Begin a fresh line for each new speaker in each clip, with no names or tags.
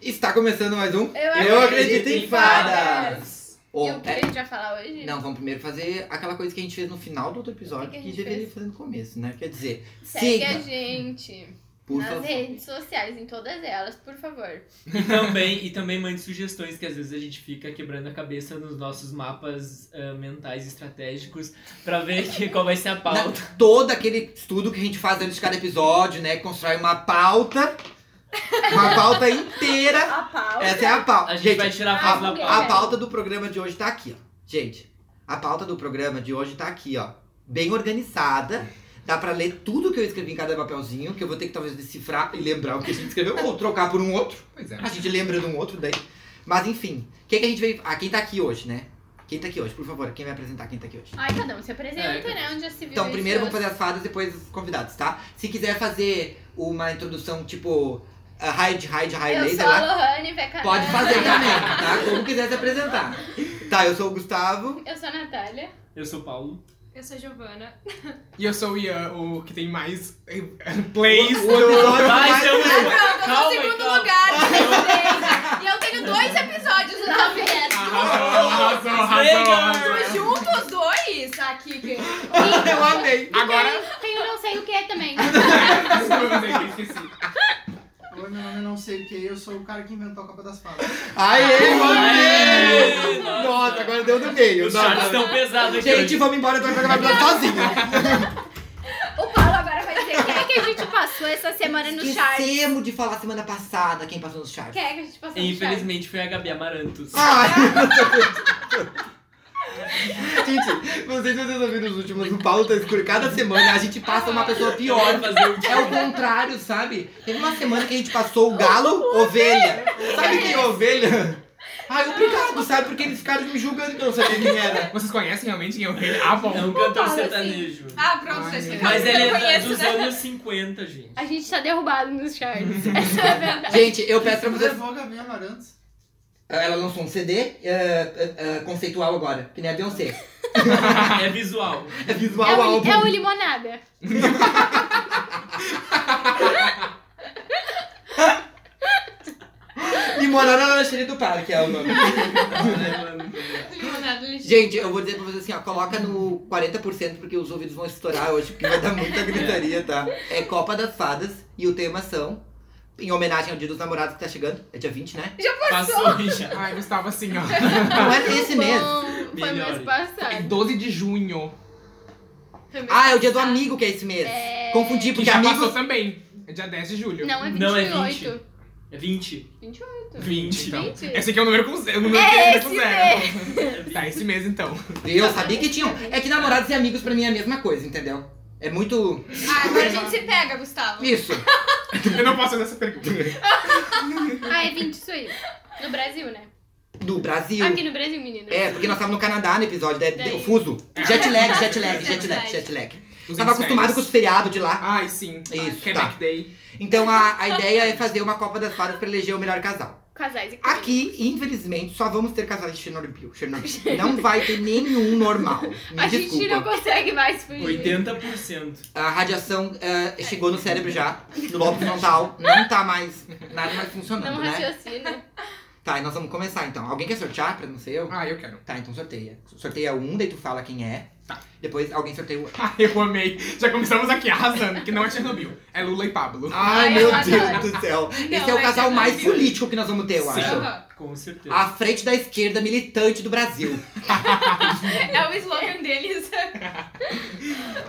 Está começando mais um
Eu
Acredito em Fadas! Ou-
E o que a gente vai falar hoje?
é. Não, vamos primeiro fazer aquela coisa que a gente fez no final do outro episódio
O que
que,
que a gente
deveria
fez?
fazer no começo, né? Quer dizer,
Segue
siga,
a gente
por
nas
favor.
redes sociais, em todas elas, por favor.
E também, e também mande sugestões, que às vezes a gente fica quebrando a cabeça nos nossos mapas ah, mentais estratégicos pra ver que, qual vai ser a
Na-
pauta.
todo aquele estudo que a gente faz antes de cada episódio, né? que Constrói uma pauta. Uma pauta inteira.
A pauta.
Essa é a pauta.
A gente vai tirar a
Ah,
foto da
ninguém
A
pauta.
vai.
pauta do programa de hoje tá aqui, ó. Gente, a pauta do programa de hoje tá aqui, ó. Bem organizada. Dá pra ler tudo que eu escrevi em cada papelzinho, que eu vou ter que talvez decifrar e lembrar o que a gente escreveu, ou trocar por um outro.
Pois é.
A gente lembra de um outro daí. Mas enfim, quem que a gente veio. Ah, quem tá aqui hoje, né? Quem tá aqui hoje, por favor, quem vai apresentar quem tá aqui hoje?
Ai, cada um se apresenta,
É, cada
né? Onde já se viu
Então,
isso?
primeiro vamos fazer as fadas, depois os convidados, tá? Se quiser fazer uma introdução tipo ah, raio de raio de raio
Eu
laser
sou
lá,
a Lohane Vecarana.
pode fazer também, tá? Como quiser se apresentar. Tá, eu sou o Gustavo.
Eu sou a Natália.
Eu sou o Paulo.
Eu sou a Giovana.
E eu sou o Ian, o que tem mais eh, plays
O episódio
do.
Vai,
mais-
seu
Pronto, eu tô
Calma
no
aí,
segundo
então.
calma.
lugar. vocês. e eu tenho dois episódios na
Arrasou,
vida.
arrasou, arrasou, arrasou.
Juntos dois aqui. que-
Eu amei. Agora.
Tem- Tem o não sei o que também.
Desculpa, é eu esqueci.
Oi, meu nome é não sei o que, eu sou o cara que inventou a Copa das Fadas.
Aê,
Aê,
mandei!
nossa.
Nossa, agora deu no meio.
Os chats
Nossa.
estão pesados aqui.
Gente,
hoje.
vamos embora, eu tô gravando sozinho.
O Paulo agora vai dizer quem é que a gente passou essa semana no chart.
Esquecemos de falar semana passada quem passou nos charts.
Quem é que a gente passou no chart?
Infelizmente foi a Gabi Amarantos.
Ah, Ai, gente, vocês vocês ouviram os últimos do Paulo tá escuro. Cada semana a gente passa uma pessoa pior.
Pior fazer o
É o contrário, sabe? Teve uma semana que a gente passou o galo, ovelha. Sabe quem é ovelha? Ai, obrigado, sabe? Porque eles ficaram me julgando que eu não sabia quem era.
Vocês conhecem realmente quem é o rei? Ah, bom.
É um cantor
Fala assim.
sertanejo.
Ah, pronto, já
Ai,
explicaram
Mas
que eu
ele é
conheço,
dos
né?
anos 50, gente.
A gente tá derrubado nos charts. Essa é a verdade.
Gente, eu peço pra vocês.
Levou a Gabi Amarantos.
Ela lançou um CD eh, eh, eh, conceitual agora, que nem a Beyoncé.
É visual.
É visual
É o,
álbum.
é o limonada.
Limonada na lancheria do parque é o nome.
Limonada, ligeira.
Gente, eu vou dizer pra vocês assim, ó, coloca no 40% porque os ouvidos vão estourar hoje, porque vai dar muita gritaria, tá? É Copa das Fadas e o tema são, em homenagem ao Dia dos Namorados que tá chegando, é dia 20, né?
Passou já.
Ai, Gustavo, assim, ó.
Não é esse mês.
Bom, um, Foi
Melhores.
mês passado.
É 12 de junho.
Foi mês
Ah, é o dia do
passado.
amigo que é esse mês.
É.
Confundi,
Que
porque
já passou
amigos...
também. É dia 10 de julho.
Não, é 28.
Não, é 20. É 20.
28.
20, então.
20?
Esse aqui é o número com zero. O número que
É
com
esse
zero. Tá, esse mês então.
Eu sabia que tinham. É que namorados e amigos pra mim é a mesma coisa, entendeu? É muito...
Ah, agora a gente se pega, Gustavo.
Isso.
Eu não posso fazer essa pergunta.
Ah, é 20 isso aí. No Brasil, né?
Do Brasil.
Aqui no Brasil, menino.
É, porque nós estávamos no Canadá no episódio, daí
Daí.
deu fuso. Jet lag, jet lag, jet lag, jet lag. Eu tava acostumado com os feriados de lá.
Ai, sim.
Isso,
Quebec
tá.
Day.
Então a, a ideia é fazer uma Copa das Fadas pra eleger o melhor casal.
Casais e casais.
Aqui, infelizmente, só vamos ter casais de Chernobyl. Chernobyl. Não vai ter nenhum normal. Me
A gente
desculpa.
não consegue mais fugir.
80%.
A radiação eh, chegou no cérebro já, no lobo frontal. Não tá mais nada mais funcionando,
Não
né?
raciocina.
Tá, e nós vamos começar então. Alguém quer sortear pra não ser eu?
Ah, eu quero.
Tá, então sorteia. Sorteia um, daí tu fala quem é. Tá. Depois alguém sorteia o outro.
Ah, eu amei. Já começamos aqui arrasando, que não é Chernobyl. É Lula e Pablo.
Ai,
Ai,
meu
eu adoro.
Deus do céu. Esse
Não,
é o
é
casal mais
Chernobyl.
político que nós vamos ter, eu
Sim.
acho.
Aham.
Com certeza.
À frente da esquerda militante do Brasil.
É o slogan deles.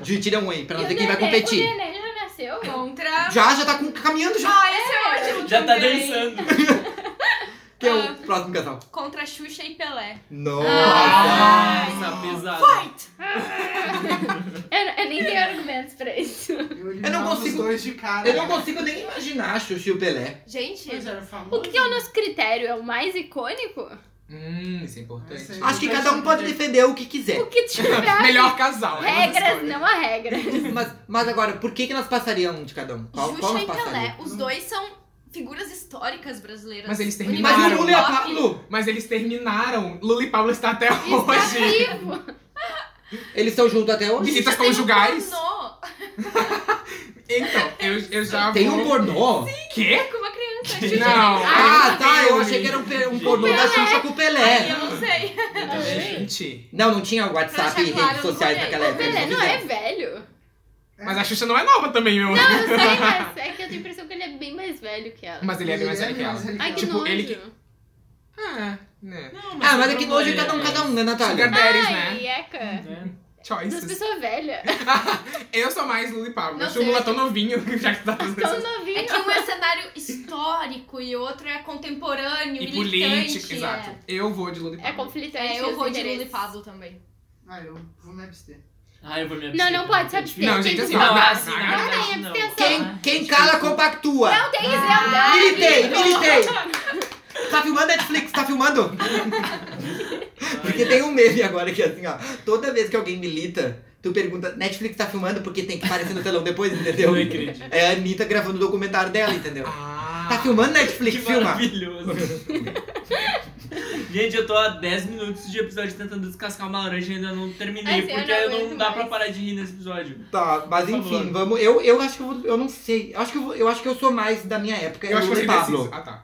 De tira um aí, pra não
E o
ver quem vai
Nenê?
competir.
O Nenê já nasceu?
Contra.
Já, já tá com- caminhando já.
Ah, esse é ótimo.
Já tá
também.
dançando.
Que é
Ah.
o próximo casal.
Contra Xuxa e Pelé.
Nossa!
Nossa, pesado.
Eu, eu nem tenho argumentos pra isso.
Eu,
não
eliminava
consigo-
Os dois de cara.
Eu não consigo nem imaginar Xuxa e o Pelé.
Gente,
Pois era famoso.
O que que é o nosso critério? É o mais icônico?
Hum, isso é importante.
Essa aí.
Acho que cada um pode defender o que quiser.
O que tiver
é Melhor casal. é uma
regras,
escolha.
não há regras.
Mas, mas agora, por que, que nós passaríamos um de cada um? Qual, qual nós
então,
Xuxa e
né?
passaríamos?
Pelé. Os dois são figuras históricas brasileiras.
Mas eles
Mas é
terminaram.
o
Claro.
Lula e a
Pop.
Pablo,
Mas eles terminaram. Lula e Pablo está até
Está
hoje.
vivo.
eles estão juntos até hoje?
Visitas
Tem um
É
conjugais.
pornô
Então, eu, eu já
Tem
vou...
um pornô?
Quê?
É Com uma criança. né?
Não.
de-
Ah, tá, eu
filme.
achei que era um, pe- um pornô da Xuxa com o
Ai,
Pelé.
eu não sei.
Tá
Gente.
Não, não tinha WhatsApp
Pra
e
deixar claro,
redes sociais
eu não
naquela época.
olhei.
Pelé
eles
não é velho.
Mas a Xuxa não é nova também, meu.
Não, eu sei, mas é que eu tenho a impressão que ele é bem mais velho que ela.
Mas ele é bem mais velho que ela.
mais velho
Ai, que
tipo,
nojo.
ele Ah, né.
Não,
Ah, mas é que
não
nojo cada um, cada um, né,
Sugar
Natália?
daddies,
Ai,
né?
eca.
Né?
Das
Choices.
pessoas velhas.
Eu sou mais Lula e Pablo.
Não
Eu acho o
sei,
Lula
eu-
tão novinho que já que tá fazendo
Tão
isso.
É
novinho.
que um é cenário histórico e o outro é contemporâneo,
E
militante.
político,
é.
exato. Eu vou de Lula e
É
Pablo.
conflitante.
É, eu
os
vou de Lula e
interesses.
Pablo também.
Ah, eu vou me abster.
Ah, eu vou me
Não,
abster
não
também,
pode se
tá
abster.
difícil.
Não,
Quem
gente,
quiser-
assim,
Não,
Ah,
assim,
ah,
na
ah,
verdade,
ah,
não.
abstenção.
Quem, quem cala, compactua.
Não tem eslealdade.
Militei, militei! Tá filmando Netflix, tá filmando? Porque tem um meme agora que é assim, ó. Toda vez que alguém milita, tu pergunta, Netflix tá filmando porque tem que aparecer no telão depois, entendeu?
Não acredito.
É a Anitta gravando o documentário dela, entendeu?
Ah.
Tá filmando Netflix,
Que
filma!
maravilhoso. Gente, eu tô há 10 minutos de episódio tentando descascar uma laranja e ainda não terminei,
Ai, sim, eu
porque
não
eu não,
aguento
dá pra
mais.
parar de rir nesse episódio.
Tá, mas
Por favor.
enfim, vamos. Eu, eu acho que eu, vou- eu não sei. Eu acho que eu, vou- eu acho que eu sou mais da minha época.
Eu acho que
Lula
você
e
Pablo.
Pablo.
Ah, tá.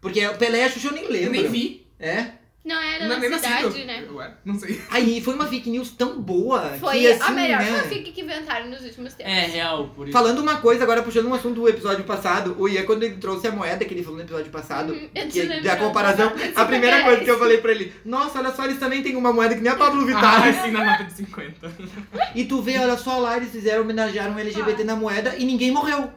Porque o Pelé e a Xuxa eu nem lembro.
Eu nem vi.
É?
Não era
Não, nem
na
nasci.
cidade,
eu-
né?
eu era, Não sei.
Aí foi uma fake news tão boa.
Foi
que, assim,
a melhor
né?
fanfic que inventaram nos últimos tempos.
É real, por isso.
Falando uma coisa, agora puxando um assunto do episódio passado, o Ian, quando ele trouxe a moeda que ele falou no episódio passado,
Uhum, eu te
que,
lembro.
da comparação, a primeira
reais.
coisa que eu falei pra ele, nossa, olha só, eles também têm uma moeda que nem a Pablo Vittar.
Ah, assim na nota de 50.
E tu vê, olha só lá, eles fizeram homenagear um LGBT na moeda e ninguém morreu.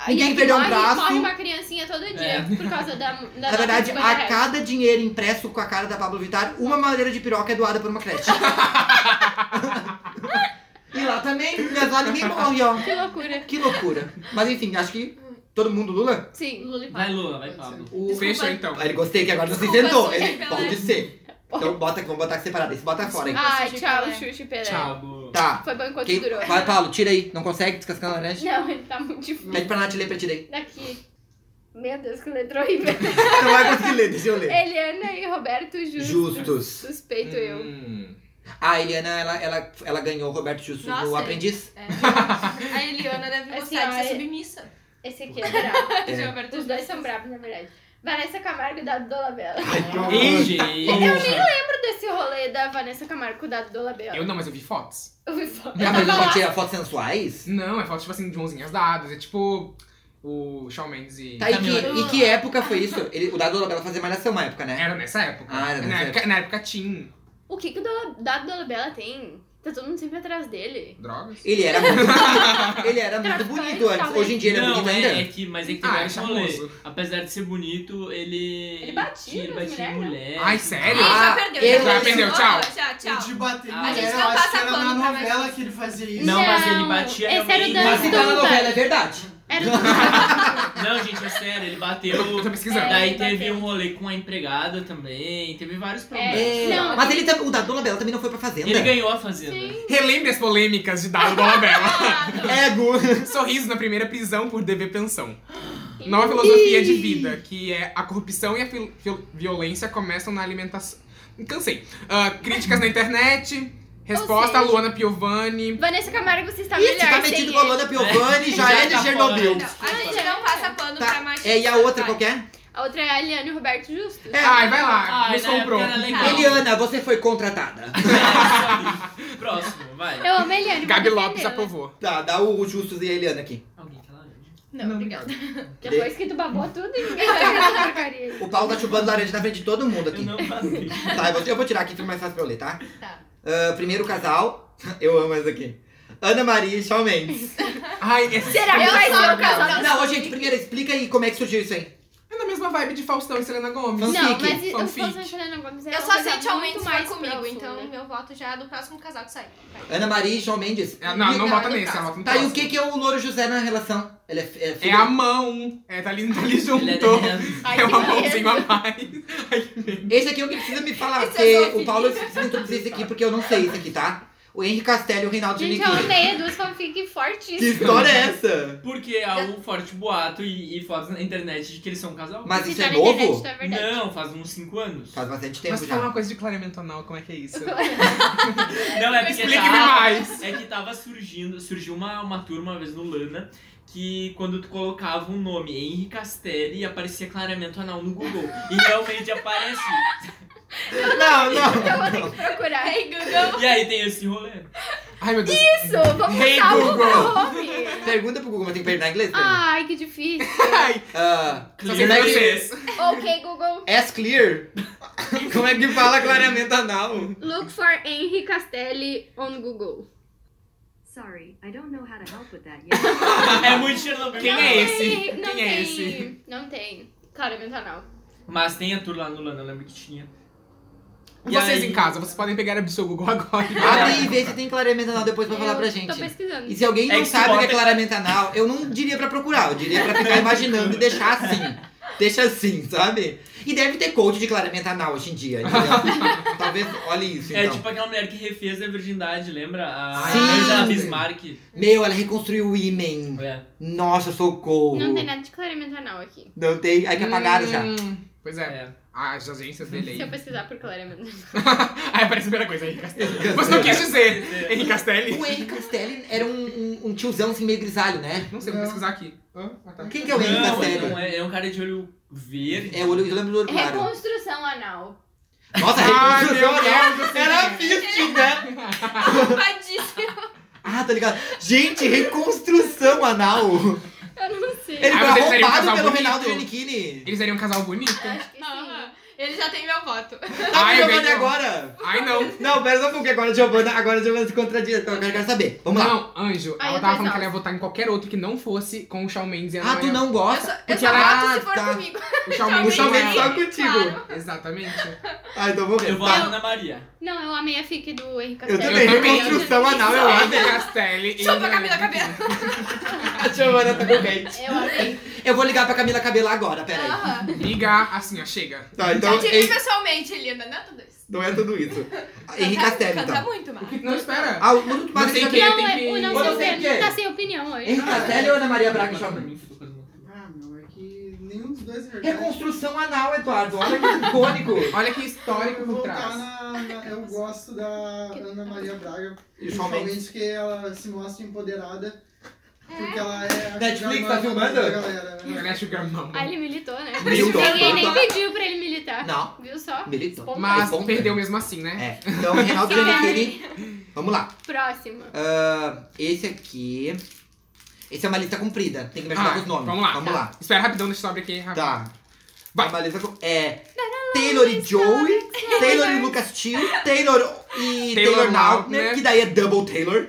Ah,
Ninguém
e aqui
perdeu um
morre,
braço.
Morre uma criancinha todo dia
É.
por causa da. da
Na
nota
verdade,
de 50
a
reais.
cada dinheiro impresso com a cara da Pablo Vittar, uma madeira de piroca é doada por uma creche. e lá também, mas lá ninguém morre, ó.
Que loucura.
Que loucura. Mas enfim, acho que todo mundo Lula.
Sim.
Lula e Pablo.
Vai, Lula, vai, Pablo.
Tá
O...
Fechou então.
Ele gostei que agora não se
Desculpa,
sentou.
Xuxa
Ele-
Pelé.
pode ser. Então bota, vamos botar separado. Esse bota fora aí.
Ai,
Xuxa
tchau,
Pelé.
Xuxa e Pelé.
Tchau, Lula.
Tá.
Foi bom enquanto
Quem-
durou.
Vai, Paulo, tira aí. Não consegue descascar a laranja?
Não, ele tá muito difícil.
Pede pra Nath ler pra tirar aí.
Daqui. Meu Deus, que letra horrível.
Não vai conseguir ler, deixa eu
É
ler.
Eliana e Roberto Justus.
Justus.
Suspeito eu.
Hum.
A Eliana, ela, ela, ela ganhou o Roberto Justus no
Nossa,
Aprendiz.
É. A Eliana deve
Assim,
gostar
ó,
de
é-
ser submissa.
Esse aqui é brabo.
É.
Gilberto,
Os dois são bravos, na verdade. Vanessa Camargo e Dado Dolabella.
Ih,
Gente,
Tá
Lembra desse rolê da Vanessa Camargo com o Dado Dolabella?
Eu não, mas eu vi fotos.
Eu vi foto.
Ah, mas ela tira fotos sensuais?
Não, é fotos tipo assim de mãozinhas dadas. É tipo o Shawn Mendes e.
Tá, e que, e que época foi isso? Ele, o Dado Dolabella fazia malhação uma época, né?
Era nessa época.
Ah, era nessa
na época. Na época Tim.
O que, que o Dola- Dado Dolabella tem? Tá todo mundo sempre atrás dele.
Drogas.
Ele era muito, ele era muito bonito antes. Hoje em dia ele é
não,
bonito
é, é
ainda.
que, mas é que
Ah,
tem
é
um rolê.
charmoso.
Apesar de ser bonito, ele.
Ele batia
Ele
nas
batia em
mulher,
mulher.
Ai, sério?
Ele já
Ah,
perdeu.
ele-
Já perdeu, tchau.
Ah, Já,
Tchau. De
tchau.
bater.
Ah, a
mulher,
gente não
eu acho
passa
que era
pano
na
pra mais
novela
isso.
que ele fazia isso.
Não, mas ele
Não,
batia
esse era o
realmente.
Dan
Mas se tá na
Duncan.
novela, é verdade.
Era o
Não, gente, é sério, ele bateu.
Eu tô- eu tô pesquisando.
Daí
É, bateu.
teve um rolê com a empregada também, teve vários problemas.
É,
Não,
mas ele, tam- o da Dona Bela também não foi pra
é
fazenda.
Ele ganhou a fazenda.
Relembre as polêmicas de Dado Dolabella.
É, Ego.
Sorriso na primeira prisão por dever pensão. Nova filosofia de vida, que é a corrupção e a fil- fil- violência começam na alimentação. Cansei. Ah, críticas na internet. Resposta a
seja-
Luana Piovani.
Vanessa Camargo, você está
Ih, se
melhor
tá
sem
metido
ele.
com a Lona Piovani, já é de
tá
Chernobyl.
fora.
Não, a gente não passa pano pra
Tá.
machismo.
É, e a outra
vai.
qualquer?
A outra é a Eliane e o Roberto Justo.
É.
Ai, né, vai lá,
Ai,
nos
Ah, na época
Ah, comprou.
era legal.
Eliana, você foi contratada.
É, isso aí. Próximo, vai.
Eu amo a Eliane. vou
Gabi
defender
Lopes
ela.
aprovou.
Tá, dá o Justus e a Eliana aqui.
Alguém tá quer laranja?
Não, obrigada.
Depois que tu babou tudo, ninguém vai ver essa porcaria.
O Paulo tá chupando laranja na frente de todo mundo
Eu
aqui.
não passei.
Tá, eu vou, eu vou tirar aqui, fica mais fácil pra eu ler, tá?
Tá.
Ah, primeiro casal. Eu amo essa aqui. Ana Maria e Shawn Mendes.
Ai, tá essa
Será que vai ser o
Não,
casal?
Não, ô, gente, primeiro explica aí como é que surgiu isso aí.
É na mesma vibe de Faustão e Selena Gomes.
Não.
Não,
Fanfic,
mas eu assim.
fanfic.
fosse Selena Gomes era
Eu
é uma
só
coisa
sei tchau
muito
Mendes foi
mais
comigo,
profunda.
então meu voto já é do próximo casal que sair. Vai.
Ana Maria e Shawn Mendes.
É, Não, não
Obrigada,
bota nesse,
cara.
ela bota no
Tá, e o
próximo.
que que é o Louro José na relação? Ele é, fi- é
É
filho-
a mão. É, tá ali, tá ali junto.
Ele é dez.
Ai,
É uma
que
mãozinha a
beleza.
mais. Ai, que medo.
Esse aqui é o que precisa me falar,
Esse
porque
é só
o Paulo precisa introduzir isso aqui, porque eu não sei isso aqui, tá? O o Henry Castelli e o Reinaldo
Gente, eu
Giannichini.
odeio duas fanfic
Que
fortíssimas.
história é essa?
Porque há um forte boato e, e fotos na internet de que eles são um casal.
Mas
Se
isso
tá
é
na
novo?
internet, então é verdade.
Não, faz uns 5 anos.
Faz bastante tempo
Mas
já.
fala uma coisa de clareamento anal, como é que é isso?
Não, é porque
Explique-me
tava-
mais.
É que tava surgindo, surgiu uma, uma turma uma vez no Lana que quando tu colocava um nome Henri Castelli aparecia claramente anal no Google. E realmente aparece.
Não, não.
Eu vou ter que procurar. Hey, Google.
E aí tem esse rolê.
Ai, meu Deus.
Isso, vamos
Hey,
usar o
Google.
nome.
Pergunta pro Google, mas tem que perguntar em inglês? pra ele.
Ai, que difícil.
Ai,
Ah,
só
Como é
sei
que-
vocês.
ok, Google.
as clear? Como é que fala clareamento anal?
Look for Henry Castelli on Google.
Sorry, I don't know how to help with that yet.
É muito Chernobyl.
Quem é esse?
Não
Quem é
tem,
esse?
Não tem. Cara, meu canal.
Mas tem a tour lá no Lana, eu lembro que tinha. E
Vocês
aí?
em casa, vocês podem pegar o seu Google agora.
Abre e vê se tem clareamento anal depois pra falar pra
Tô
gente.
pesquisando.
E se alguém
É
não
que se
sabe o que é
bota-
clareamento anal, eu não diria pra procurar, eu diria pra ficar imaginando e deixar assim. Deixa assim, sabe? E deve ter coach de clareamento anal hoje em dia, entendeu? Talvez, olha isso,
É
então. Ah,
tipo aquela mulher que refez a virgindade, lembra? A
Sim.
Angela Bismarck.
Meu, ela reconstruiu o ímen.
É.
Nossa, socorro.
Não tem nada de clareamento anal aqui.
Não tem, aí que apagaram já.
Hum, Pois é,
é.
as agências dele
Se eu
aí.
pesquisar por clareamento anal.
Aí aparece a primeira coisa, Henrique Castelli. Você não quis dizer, Henrique Castelli.
O Henry Castelli era um, um- um tiozão assim meio grisalho, né?
Não sei, vou
Não.
pesquisar aqui. Ah, tá.
Quem que é o Henry
Não, ele
Castelli?
não é, é um cara de olho verde.
É, eu olho- eu lembro do olho claro.
Reconstrução anal.
Nossa,
Ai,
reconstrução
meu
anal.
Deus do céu.
Era fist, né?
Padíssimo.
Ah, tá ligado. Gente, reconstrução anal.
Eu não sei.
Ele
Ah,
foi
mas eles seriam um
roubado
casal
pelo
bonito.
Reinaldo Giannichini.
Eles seriam um casal bonito?
É.
Acho que sim.
Ah, Ele já tem meu voto.
Tá
Ai,
me jogando
bem,
agora.
Ai, não.
Não, pera só um pouquinho. Agora a Giovana, agora a Giovana se contradiz. Então eu quero saber. Vamos lá.
Não, Anjo,
Ai,
ela
eu
tava
tô
falando que ela
exausta.
ia votar em qualquer outro que não fosse com o Shawn Mendes e a
Ah, tu
Noel.
não gosta?
Eu
Porque
só
ela-
voto se for
tá.
comigo.
O Shawn
O
Mendes
Shawn
com
Mendes só
ela.
contigo.
Exatamente.
Ah, então vamos ver.
Eu vou
Tá.
na Ana Maria.
Não, eu amei a fic do Henrique
Eu
Castelli.
também.
Eu também.
Reconstrução anal, eu acho.
Henrique Castelli e...
Chupa a Camila Cabelo.
A Giovana tá com hate.
Eu amei.
Eu vou ligar pra Camila Cabelo agora, peraí.
Aham.
Liga assim, ó, chega.
Tá,
Ah, Já
então
te vi pessoalmente, linda, não é tudo isso.
não é tudo isso. Henrique
um,
Castelli,
Canta
então.
muito, mas.
Não, espera.
Ah, o Nuno
Mas
mas
tem
já
que-
tem.
Não,
tem
é, o
Quando
não
tem
sei o
que-
Tá sem opinião hoje.
Henrique Castelli ou Ana Maria Braga e Shawn Mendes?
Ah, meu, é que nenhum dos dois é verdade.
Reconstrução anal, Eduardo. Olha que icônico.
Olha que
Eu
histórico
vou
por
voltar
trás.
na, na- Eu gosto da Ana Maria Braga.
E Shawn Mendes.
Principalmente que ela se mostra empoderada. Porque ela é. a
Netflix
sugar
tá
mama
filmando?
da galera, né?
Ela é sugar mama.
Ah, ele militou, né?
Militou.
Ninguém nem pediu pra ele militar.
Não,
Viu só?
militou.
Mas
Ponto.
perdeu mesmo assim, né?
É, então Reinaldo Giannichini. Vamos lá.
Próxima.
Ah, esse aqui. Esse é uma lista comprida. Tem que me ajudar
Ah,
com os nomes.
Vamos lá.
Vamos lá.
Espera rapidão, deixa eu abrir aqui. rápido.
Tá.
Vai.
É uma lista com. É. Taylor e Joey, Taylor e Lucas Till, Taylor e
Taylor
Taylor, Lautner,
Lautner.
que daí é Double Taylor.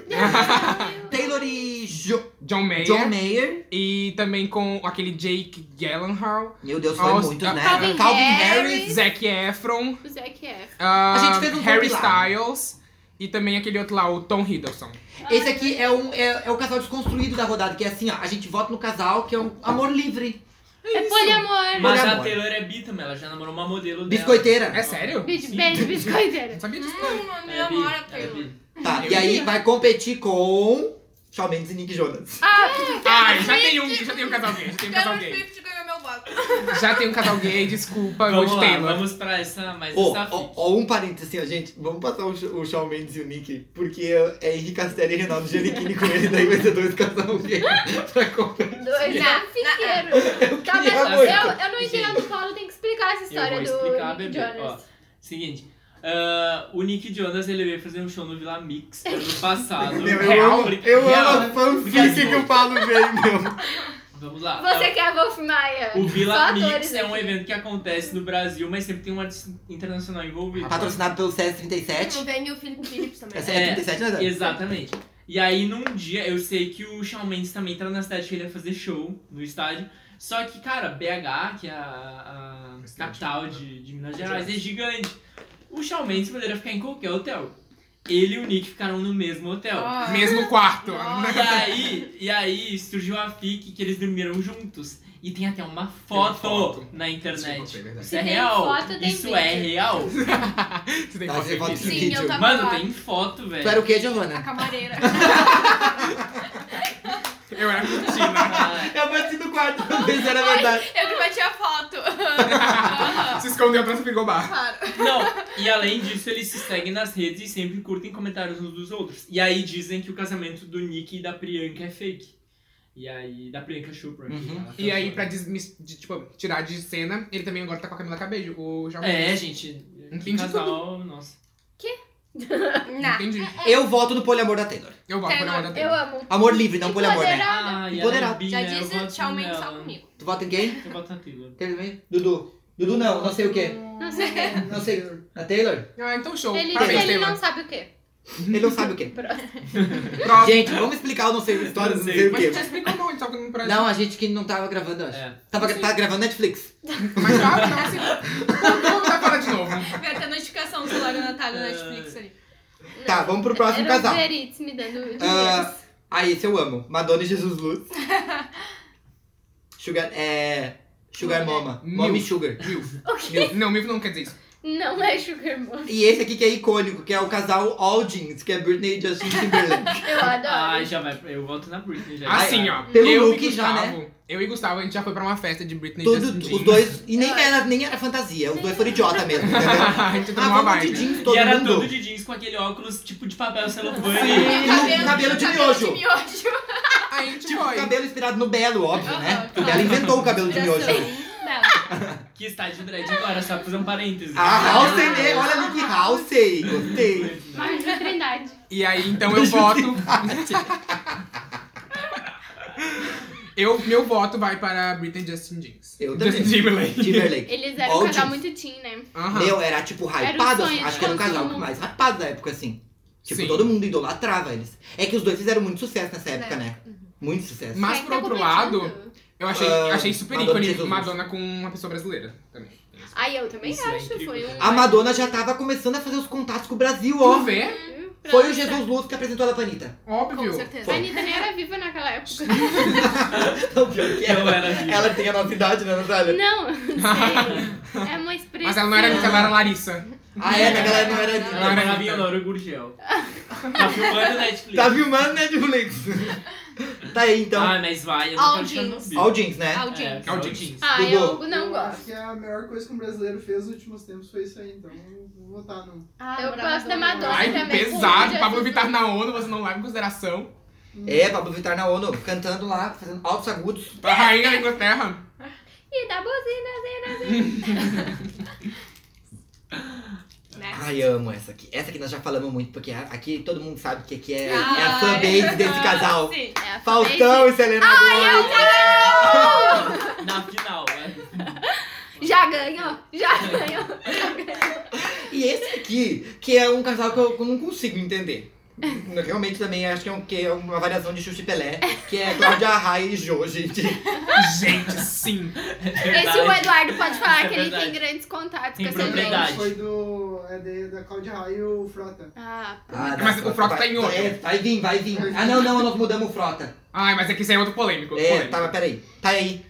Taylor e jo
John Mayer.
John Mayer.
E também com aquele Jake Gyllenhaal.
Meu Deus, foi
Nossa,
muito,
ah,
né?
Calvin Harris.
Zac Efron.
O é. Zac F.
ah,
A gente fez um
Harry
compilado.
Styles. E também aquele outro lá, o Tom Hiddleston.
Esse aqui é, um, é, é o casal desconstruído da rodada, que é assim, ó. A gente vota no casal, que é um amor livre.
É poliamor.
Mas
Olha
a
agora.
Taylor é bi também, ela já namorou uma modelo dela.
Biscoiteira.
É sério?
Bicho,
Sim.
beijo, biscoiteira.
Não sabia disso.
Hum,
É
meu
bi,
amor, a
é
Taylor.
bi.
Tá, e aí vai competir com. Shawn Mendes e Nick Jonas.
Ah,
Ai, já tem um, já tem um casal gay, já tem um casal
Taylor
gay.
Swift ganhou meu voto.
Já tem um casal gay, desculpa,
Vamos
Gold
lá,
Taylor.
vamos pra essa mais
Ó,
essa
ó, ó, um parênteses assim, ó, gente. Vamos passar o, Sh- o Shawn Mendes e o Nick, porque é Henrique Castelli e Reinaldo Giannichini com ele, daí vai ser dois casal gay
Tá
pra comprar.
Dois
ah,
Na-
fiqueiro. é um Tá, mas
queria
eu,
muito.
eu não entendo, Paulo tem que explicar essa história
Eu
do
vou explicar,
Nick
bebê. Ó,
Jonas.
seguinte. ah, o Nick Jonas ele veio fazer um show no Vila Mix ano passado.
Meu, eu
Real,
amo,
porque-
eu
real. né? é
amo a fanfic que o Paulo veio, meu.
Vamos lá. Então,
Você quer Wolf Maia?
o
Só
Vila
atores
Mix é um
aqui.
evento que acontece no Brasil, mas sempre tem um artista internacional envolvido.
Patrocinado pelo
Não
CS37.
vem o Felipe Phillips também.
Essa é,
É.
37, né? Dan?
Exatamente. E aí, num dia, eu sei que o Shawn Mendes também tava na cidade que ele ia fazer show no estádio. Só que, cara, BH, que é a, a capital de, de Minas Gerais, é gigante. O Shawn Mendes poderia ficar em qualquer hotel. Ele e o Nick ficaram no mesmo hotel.
Mesmo quarto.
Nossa.
Ah.
E aí, e aí surgiu a FIC que eles dormiram juntos. E tem até uma foto,
foto.
na internet.
Desculpa, foi verdade.
Isso é
tem
real.
foto, tem
Isso é
vídeo. Tá
real.
Você tem
Tá,
foto
você
em
bota
vídeo.
esse
Sim,
vídeo.
eu tava
Mano,
lá.
tem foto, velho.
Tu era o quê,
A
Giovana?
camareira.
Eu era cortina.
Ah,
Eu bati no quarto pra ver se era verdade.
Eu que bati a foto. Aham.
Se escondeu atrás do frigobar.
Claro.
Não, e além disso, eles se seguem nas redes e sempre curtem comentários uns dos outros. E aí dizem que o casamento do Nick e da Priyanka é fake. E aí, da Priyanka Chopra. que
Uhum.
ela
E aí,
cantora.
pra desmis- de, tipo, tirar de cena, ele também agora tá com a Camila Cabello, o Jovem.
É, gente, que
Entendi
casal, nossa.
Nah.
Entendi.
Eu voto no poliamor da Taylor.
Eu voto
Tem,
na hora
Eu
dela.
amo.
Amor livre, não
E
poliamor, né?
empoderada.
Ah, e
Empoderado.
a Bina,
Já
eu
disse
voto
tchau, mãe,
nela.
só comigo.
Tu vota em quem?
Eu boto na Taylor.
Quem também? Dudu. Dudu não, não sei o quê.
Não sei.
Não sei. A Taylor?
Ah, então show.
Ele diz que
Parabéns,
ele
Taylor.
não sabe o quê.
Ele não sabe o quê.
Próximo.
Gente, vamos explicar o não sei o história, não
Não sei.
sei o
Mas
quê.
tu já explicou não, ele tava no Brasil.
Não, a gente que não tava gravando, eu acho.
É.
Tava, tá gravando Netflix.
Mas já, não, assim. Vamos tentar falar de novo.
Vai ter notificação do celular da Natália no Netflix ali.
Tá, vamos pro próximo
Era
casal.
o Zeritz me dando
Ah,
dinheiro.
Ah, esse eu amo. Madonna e Jesus Luz. Sugar. É. Sugar Mama.
Mil.
Mommy Sugar.
Não, Milf não quer dizer isso.
Não é Sugar Mom.
E esse aqui que é icônico, que é o casal All Jeans, que é Britney e Justin Timberlake.
Eu
Ah,
Tá.
adoro.
já vai. Eu voto na Britney já. É.
Assim, ó.
Pelo
eu
look
e
já,
Gustavo, Eu e Gustavo, a gente já foi pra uma festa de Britney
Tudo,
Justin
os
Jeans.
dois. E nem era, nem era fantasia, os dois foram idiota mesmo, entendeu?
a gente tomou
Ah,
uma
vamos de
vibe.
jeans todo
e era
mundo.
todo de jeans com aquele óculos tipo de papel
Sim.
celofane.
E o cabelo de miojo.
Cabelo de miojo.
A gente
Tipo,
foi.
cabelo inspirado no Belo, óbvio,
Aham,
né? Porque ela
claro.
inventou o cabelo de miojo.
Não.
que está de dread agora, só pra fazer um parênteses.
Ah, Halsey, né? Olha ali que Halsey. Gostei.
Mas de Trindade.
E aí, então eu voto. eu, meu voto vai para Britney Justin Jeans.
Eu também.
Justin Timberlake.
Timberlake.
Eles eram
All
um casal
jeans.
muito teen, né?
Aham.
Meu, era tipo
Era o
hypado,
sonho de
acho que era o casal
consumo.
mais hypado da época, assim. Tipo,
Sim.
todo mundo idolatrava eles. É que os dois fizeram muito sucesso nessa época,
É.
né?
Uhum.
Muito sucesso.
Mas
Quem
por
tá
outro
competindo?
lado, Eu achei,
Ah,
achei super
Madonna
ícone
Jesus.
Madonna com uma pessoa brasileira também.
Ai, eu também
Isso é
acho.
incrível.
foi um.
A Madonna já tava começando a fazer os contatos com o Brasil,
Tu
ó.
vê?
Foi o Jesus Luz que apresentou a Panita.
Óbvio.
Com certeza.
A Anitta nem era viva naquela época.
Não, pior que
Eu era viva.
Ela tem a nossa idade, né, Natália?
Não, sei. É uma expressão.
Mas ela não era Anitta, ela era Larissa.
Ah, é, naquela época não era
Ela
viva.
era a Leonora Gurgel. Tá filmando Netflix.
Tá filmando Netflix. tá aí, então.
Ah, mas vai, eu não
All
quero tirar
jeans.
All jeans, né?
Ao James.
É, all
jeans.
jeans.
Ah,
Dudu.
eu não
eu
gosto.
Acho que a melhor coisa que um brasileiro fez nos últimos tempos foi isso aí, então eu vou votar no.
Ah,
Eu
Madonna.
gosto da Madonna.
Ai,
também.
pesado.
Jesus.
Pablo Vittar na ONU, você não leva em consideração.
É, Pablo Vittar na ONU, cantando lá, fazendo altos agudos.
A rainha da Inglaterra.
E da buzina.
Né?
Ai, amo essa aqui. Essa aqui nós já falamos muito, porque a- aqui todo mundo sabe que aqui é, é a
Ah,
fanbase desse casal.
Sim.
É a
Faustão e Selena Gomez.
Na final, né?
fanbase. Já ganhou. Já ganhou.
E esse aqui, que é um casal que eu eu não consigo entender. Eu Realmente também acho que é, um- que é uma variação de Xuxa e Pelé, que é Cláudia Raia e Jô, gente.
Gente, sim.
Esse o Eduardo pode falar
É
que ele tem
verdade.
grandes contatos
Tem
com essa
propriedade.
gente.
Foi do. É de, da Claudia Raia e o Frota.
Ah,
Ah,
Mas o Frota tá em outro.
É, vai vir, vai vir. Ah, não, não, nós mudamos o Frota.
Ai, mas aqui isso aí é outro polêmico. outro
É,
polêmico.
tá, mas peraí. Tá aí.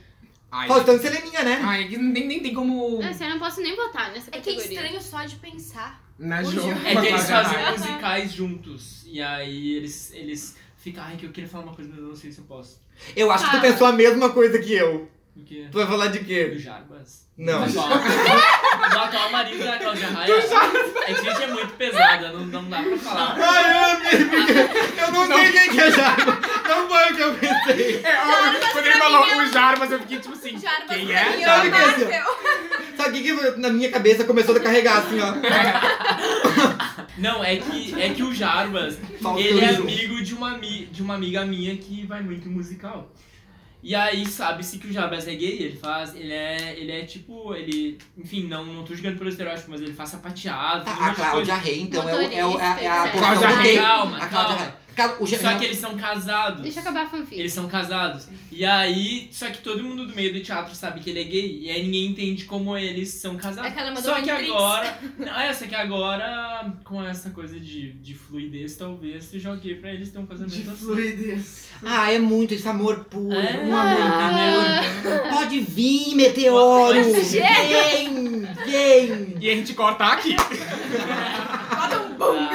Ai,
Faustão e Seleninha, né?
Ai, aqui nem, nem tem como...
assim, eu não posso nem votar nessa
É que é
categoria.
estranho só de pensar.
Na né,
Hoje
jogo.
eu-
É que eles faziam musicais juntos. E aí eles, eles ficam, ai, que eu queria falar uma coisa, mas eu não sei se eu posso.
Eu acho que tu
Ah.
pensou a mesma coisa que eu.
O quê?
Tu vai falar de quê?
Do Jarbas?
Não.
Do atual- do atual marido da Cláudia Raia. É que gente é muito pesada, não, não dá pra falar.
Ai, eu amei, porque eu não, sei quem que é Jaiba. Não foi o que eu pensei.
É óbvio, quando ele falou o Jarbas, eu fiquei tipo assim,
Jarbas
quem
pra
é?
mim,
Sabe
ó,
quem é esse?
Marvel.
Sabe o que, que na minha cabeça começou a carregar assim, ó?
Não, é que, é que o Jarbas,
Faltou
ele é
Ju.
amigo de uma, ami- de uma amiga minha que vai muito em musical. E aí sabe-se que o Jarbas é gay, ele faz, ele é, ele é tipo, ele, enfim, não, não tô julgando pelo estereótipo, mas ele faz sapateado, faz um
Tá, a
monte de coisa.
Cláudia Rei, então, é, o- é, o- é a- é a
Motorista,
porção
né?
do gay.
Calma,
A Cláudia
calma.
Rei. Cara, o
Só que eles são casados.
Deixa eu acabar a fanfic.
Eles são casados. E aí, só que todo mundo do meio do teatro sabe que ele é gay. E aí ninguém entende como eles são
É
casados.
Aquela mandou
Só que
Matrix.
agora. Não, é, só que agora, com essa coisa de, de fluidez, talvez se joguei pra eles ter um casamento
Tipo, De
assim.
fluidez.
Ah, é muito esse amor puro.
É,
Um amor
entendeu?
puro. Pode vir, meteoro.
Mas
Vem, vem.
E a gente corta aqui.
Bota um bum.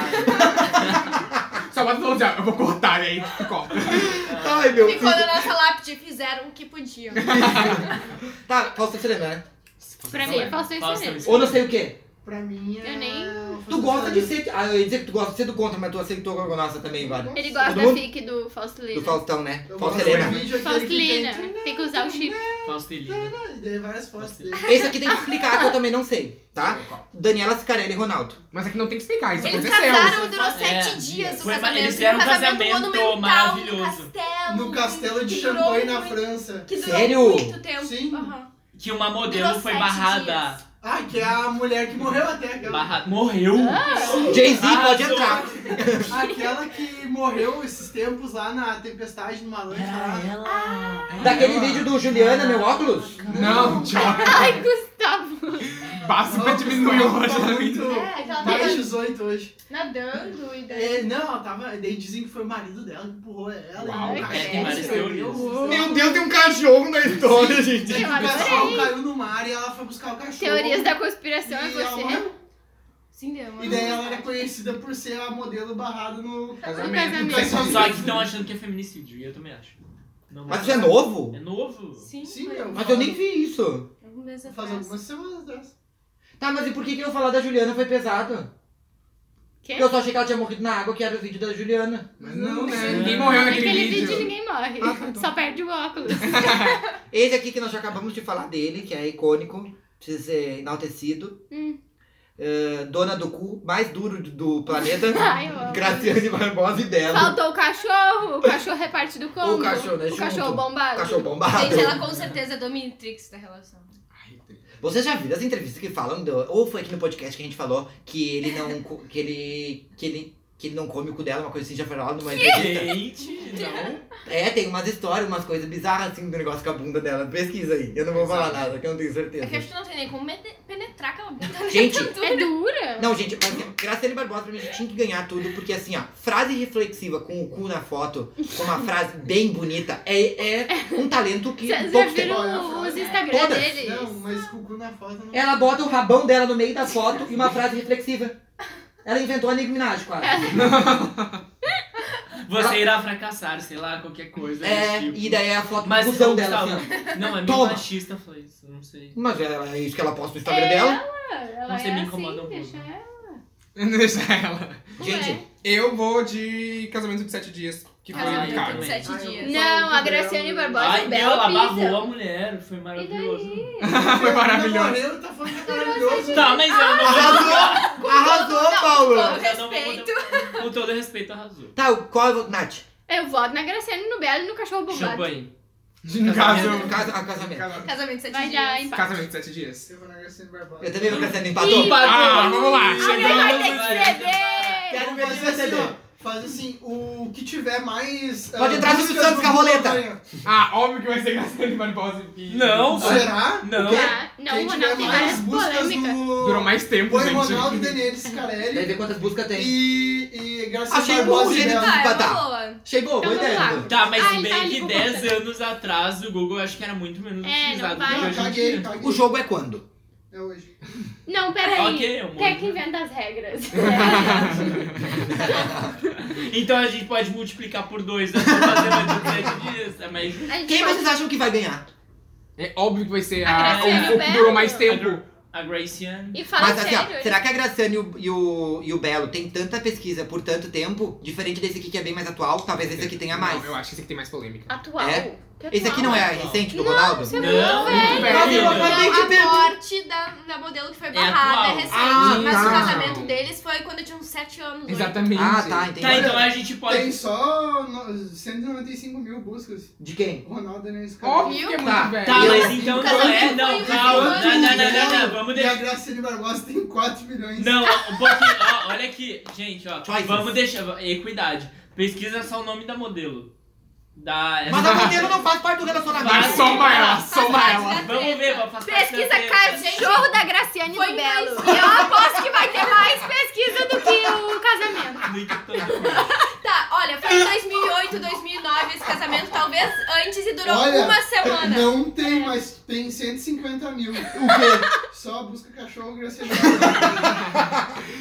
Só bota falando assim, ó, eu vou cortar, e aí tu corta.
Ai, meu
Ficou na nossa lápide, fizeram o que podiam.
Tá, Faustão Serena, né?
Pra
Não
mim,
é.
Faustão e
Faustão
Serena.
e Serena.
Ou não sei o quê.
Pra mim é.
Eu nem-
Tu gosta de ser... Ah, eu ia dizer que tu gosta de ser do contra, mas tu aceitou a gorgonassa também, vale.
Ele gosta
Todo
da
mundo?
fic do Fausto
Do
Lina.
Faustão, né?
Eu
Faustão
gosto
Helena.
do vídeo aquele que
Faustelina,
tem-
tem que usar o chip.
Faustelina.
E daí várias fotos dele.
Esse aqui tem que explicar que eu também não sei, tá? Daniela Sicarelli e Ronaldo.
Mas aqui não tem que explicar, isso
Eles
aconteceu.
casaram, durou
É.
sete dias o
Foi-
casamento.
eles fizeram um
Foi
casamento
monumental,
maravilhoso.
No
Ah,
castelo.
No castelo de
que durou
Champagne na
muito-
França.
Que durou
Sério?
muito tempo.
Sim.
Aham.
Que uma modelo
Durou
foi
sete
barrada.
dias.
Ah, que é a mulher que morreu até aquela.
Barra... Morreu?
Ah.
Jay-Z pode
Arrasou.
entrar.
Aquela que morreu esses tempos lá na tempestade numa lancha. lá.
É.
Era ela. Era
Daquele
ela.
vídeo do Juliana, meu óculos?
Não, tchau.
Ai,
Tá,
Gustavo.
Passa pra
Nossa,
diminuir o
ela tava
rosto.
muito.
É, que ela
Mais
tava
18 hoje.
nadando e daí.
É, não, ela tava. Daí dizem que foi o marido dela que empurrou ela.
Uau,
e o
cara,
cachorro
que marido
escreveu,
deu isso.
o-
Deus, tem um cachorro na história, gente.
Eu
O cachorro
adorei.
caiu no mar e ela foi buscar o cachorro.
é Teorias da
e
conspiração é
ela
você.
morreu.
Sim, deu. uma-
E daí ela era conhecida por ser a modelo barrada no.
Casamento.
Casamento.
Só que estão achando que é feminicídio. E eu também acho. Não
Mas
é.
isso é novo?
É novo?
Sim,
Sim,
foi
um
eu-
Mas eu nem vi isso.
alguns meses
Faz
atrás.
algumas semanas né? atrás.
Tá, mas e por que que eu falar da Juliana foi pesado?
Quê?
Eu só achei que ela tinha morrido na água, que era o vídeo da Juliana.
Mas não, né?
Sim.
Ninguém morreu naquele
Naquele vídeo.
vídeo.
ninguém morre.
Ah, tá, então.
Só perde o óculos.
Esse aqui que nós já acabamos de falar dele, que é icônico, precisa ser enaltecido.
Hum.
É, dona do cu, mais duro do planeta.
Ai, eu amo.
Graciane Barbosa e Belo.
Faltou o cachorro. O cachorro é parte do combo.
O cachorro, né,
O cachorro
junto.
bombado.
Cachorro bombado.
Gente, ela com certeza é dominatrix da relação.
Vocês já viram as entrevistas que falam do, ou foi aqui no podcast que a gente falou que ele não co- que ele que ele que ele não come o cu dela, uma coisa assim, já falaram numa entrevista.
Gente, não.
É, tem umas histórias, umas coisas bizarras assim do negócio com a bunda dela. Pesquisa aí. Eu não vou falar nada, que eu não tenho
É que a
certeza.
gente não tem nem como mete- penetrar aquela tá bunda.
Gente,
É dura.
não, gente, mas assim, Graciane Barbosa pra mim já tinha que ganhar tudo, porque assim, ó, frase reflexiva com o cu na foto, com uma frase bem bonita, é, é um talento que
Vocês já
poucos têm.
viram os Instagram
Todas.
deles?
Não, mas com o cu na foto não.
Ela bota o rabão dela no meio da foto e uma frase reflexiva. Ela inventou a Nicki Minaj,
É,
quase.
Você irá fracassar, sei lá, qualquer coisa.
É,
desse tipo.
e daí a foto
Mas então,
do cuzão
não,
dela.
Gustavo,
assim, ó.
Não, é meio
Toma.
machista, foi isso. Não sei.
Mas ela, é isso que ela posta no Instagram
É
dela.
ela, ela
Você
é
me incomoda
assim,
um pouco.
deixa ela.
Deixa ela.
Ué.
Gente,
Eu vou de casamento de sete dias, que foi
Casamento
no
Casamento
Carmen.
de sete
Ah, eu
dias.
falo
Não,
que
a Graciane
eu-
Barbosa- é um
Ai,
bela
ela
pizza.
barrou a mulher, foi maravilhoso.
Foi maravilhoso.
Morreu, tá falando que é maravilhoso.
Tá, mas eu não.
arrasou! Arrasou, Paulo!
não.
eu não vou-
Respeito.
Com todo respeito, arrasou.
Tá, o- qual é o. Nath,
Eu voto na Graciane, no Belo e no cachorro bombado.
Champanhe.
No caso,
casa, a casamento.
casamento.
Casamento de sete
Vai
dias.
dar empate.
Casamento de sete dias.
Eu vou na Graciane Barbosa.
Eu também vou então, tá casamento empatou.
Ih,
Ah, vamos lá.
Alguém vai ter
Chegamos,
que
vai.
escrever!
Quero
Vamos
ver
fazer
quem vai
assim,
ceder.
ó. Faz assim, o que tiver mais.
Pode
ah,
entrar, Silvio
músicas
Santos,
no
com a
Google
roleta.
amanhã.
Ah, óbvio que vai ser Graciane Barbosa e Pi.
Não.
tá
Será?
Não.
Ah, não,
Quem
o
tiver
Ronaldo tem várias
mais buscas
polêmicas.
no.
Durou mais tempo,
Põe
gente.
Ronaldo, Daniele,
Daí
Scarelli
ver quantas buscas tem.
e. e Graciane
Achei um bom
Barbosa né? e
jeito
Bela.
de
Tá, é
empatar.
uma boa.
Achei boa, boa
Então
ideia.
vamos lá.
Dudu.
Tá, mas
Ah, ele
bem
tá ali
que
com
10
você.
anos atrás o Google acho que era muito
É,
menos
não
utilizado
vai.
do que
Não,
hoje em
caguei,
dia.
caguei.
O jogo é quando?
É hoje.
Não, peraí.
Ok, amor.
Quem é que inventa as regras?
Então a gente pode multiplicar por 2 né? Pra fazer mais de 7 dias. É, mas
A gente
Quem
pode-
vocês acham que vai ganhar?
É óbvio que vai ser
A
a,
Graciane
o, o que
Belo.
durou mais
a,
tempo.
Gra- a Graciane.
E fala
mas assim, ó,
sério.
será que a Graciane e o, e, o, e o Belo tem tanta pesquisa por tanto tempo, diferente desse aqui que é bem mais atual, talvez esse aqui tenha mais.
Não, eu acho que esse aqui tem mais polêmica.
Atual.
É?
Que
Esse aqui
atual?
não é a recente do Ronaldo?
você
Não,
é velho.
velho.
Mas tem que ter-
Não, a morte da, da modelo que foi barrada é,
atual.
recente.
Ah,
mas
tá.
o casamento deles foi quando eu tinha uns 7 anos. oito.
Exatamente.
Ah, tá, entendi.
Tá, então a gente
Tem
pode.
só no- 195 mil buscas.
De quem?
Ronaldo, Daniele, Scarelli.
Óbvio que é muito
Tá.
velho.
Tá,
Eu-
mas então não é.
casamento
Não,
foi um
calma.
evento.
Não, não, não, não, não. Vamos
E a
deixar.
Graciane Barbosa tem 4 milhões.
Não, um pouquinho. ó, olha aqui, gente, ó.
Choices.
Vamos deixar. Equidade. Pesquisa só o nome da modelo. Da...
É
é
Mas a modelo não faz parte do relacionamento.
Vai, soma
Tá,
ela, soma
Faz
ela.
parte da
Vamos ver,
treta.
vamos fazer
Pesquisa
essa treta.
cachorro da Graciane
Foi
do Belo.
mais-
E eu aposto que vai ter mais pesquisa do que o casamento.
Do Ictano.
Tá, olha, foi em 2008, 2009 esse casamento, talvez antes e durou
Olha,
uma semana.
Não tem, mas tem 150 mil. O quê? Só busca cachorro graciano.